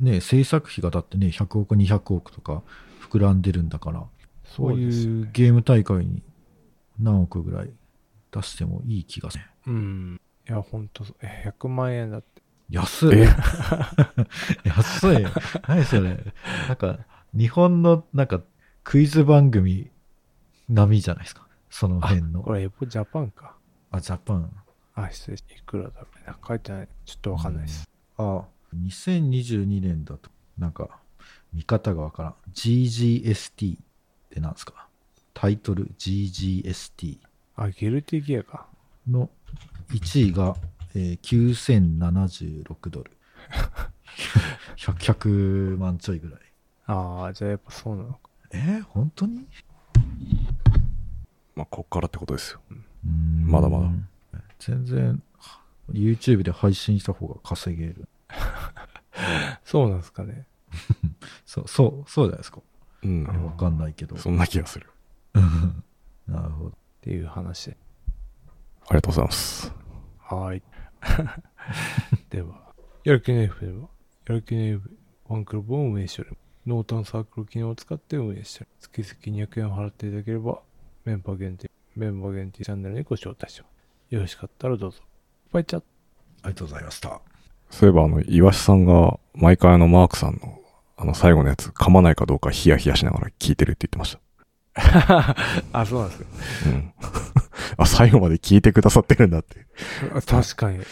[SPEAKER 3] ね、制作費がだってね、100億、200億とか膨らんでるんだから、そう
[SPEAKER 1] ですよ
[SPEAKER 3] いうゲーム大会に何億ぐらい出してもいい気がする。
[SPEAKER 1] うん。いや、ほんとそう、え100万円だって。
[SPEAKER 3] 安い 安い何それなんか日本のなんかクイズ番組並みじゃないですかその辺
[SPEAKER 1] こ
[SPEAKER 3] の
[SPEAKER 1] れ、エポジャパンか。
[SPEAKER 3] あジャパン
[SPEAKER 1] あ、失礼しいくらだろうね。書いてない。ちょっとわかんないです。
[SPEAKER 3] あ2022年だとなんか見方がわからん GGST ってなんですかタイトル GGST
[SPEAKER 1] あ、ゲルティギアか。
[SPEAKER 3] の1位が、えー9076ドル 100, 100万ちょいぐらい
[SPEAKER 1] ああ、じゃあやっぱそうなのか。
[SPEAKER 3] えー本当に
[SPEAKER 2] まあ、こっからってことですよ。ま
[SPEAKER 3] ま
[SPEAKER 2] だまだ。
[SPEAKER 3] 全然、YouTube で配信した方が稼げる。
[SPEAKER 1] そうなんですかね。
[SPEAKER 3] そう、そう、そうじゃないですか。
[SPEAKER 2] うん
[SPEAKER 1] あ。
[SPEAKER 3] わかんないけど。
[SPEAKER 2] そんな気がする。
[SPEAKER 3] なるほど。
[SPEAKER 1] っていう話。
[SPEAKER 2] ありがとうございます。
[SPEAKER 1] はーい。 では、やる気ない F では、やる気ない F ファンクラブを運営しております。ノータンサークル機能を使って運営しております。月々200円を払っていただければ、メンバー限定、メンバー限定チャンネルにご招待します。よろしかったらどうぞ。バイチャ
[SPEAKER 3] ありがとうございました。
[SPEAKER 2] そういえば、あの、岩下さんが、毎回あの、マークさんの、あの、最後のやつ、噛まないかどうかヒヤヒヤしながら聞いてるって言ってまし
[SPEAKER 1] あ、そうなんです
[SPEAKER 2] た。うん。 あ、最後まで聞いてくださってるんだって。
[SPEAKER 1] よ。確かに。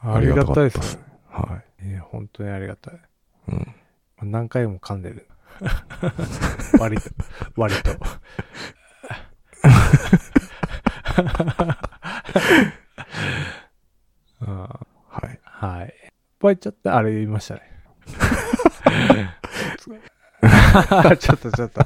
[SPEAKER 1] ありがたいですね。
[SPEAKER 2] ね。は
[SPEAKER 1] えー本当にありがたい。
[SPEAKER 2] い。うん。
[SPEAKER 1] 何回も噛んでる。割と、割と。あー
[SPEAKER 2] はい。
[SPEAKER 1] はい。バイチャって、あれ 言いましたね。ちょっとちょっと。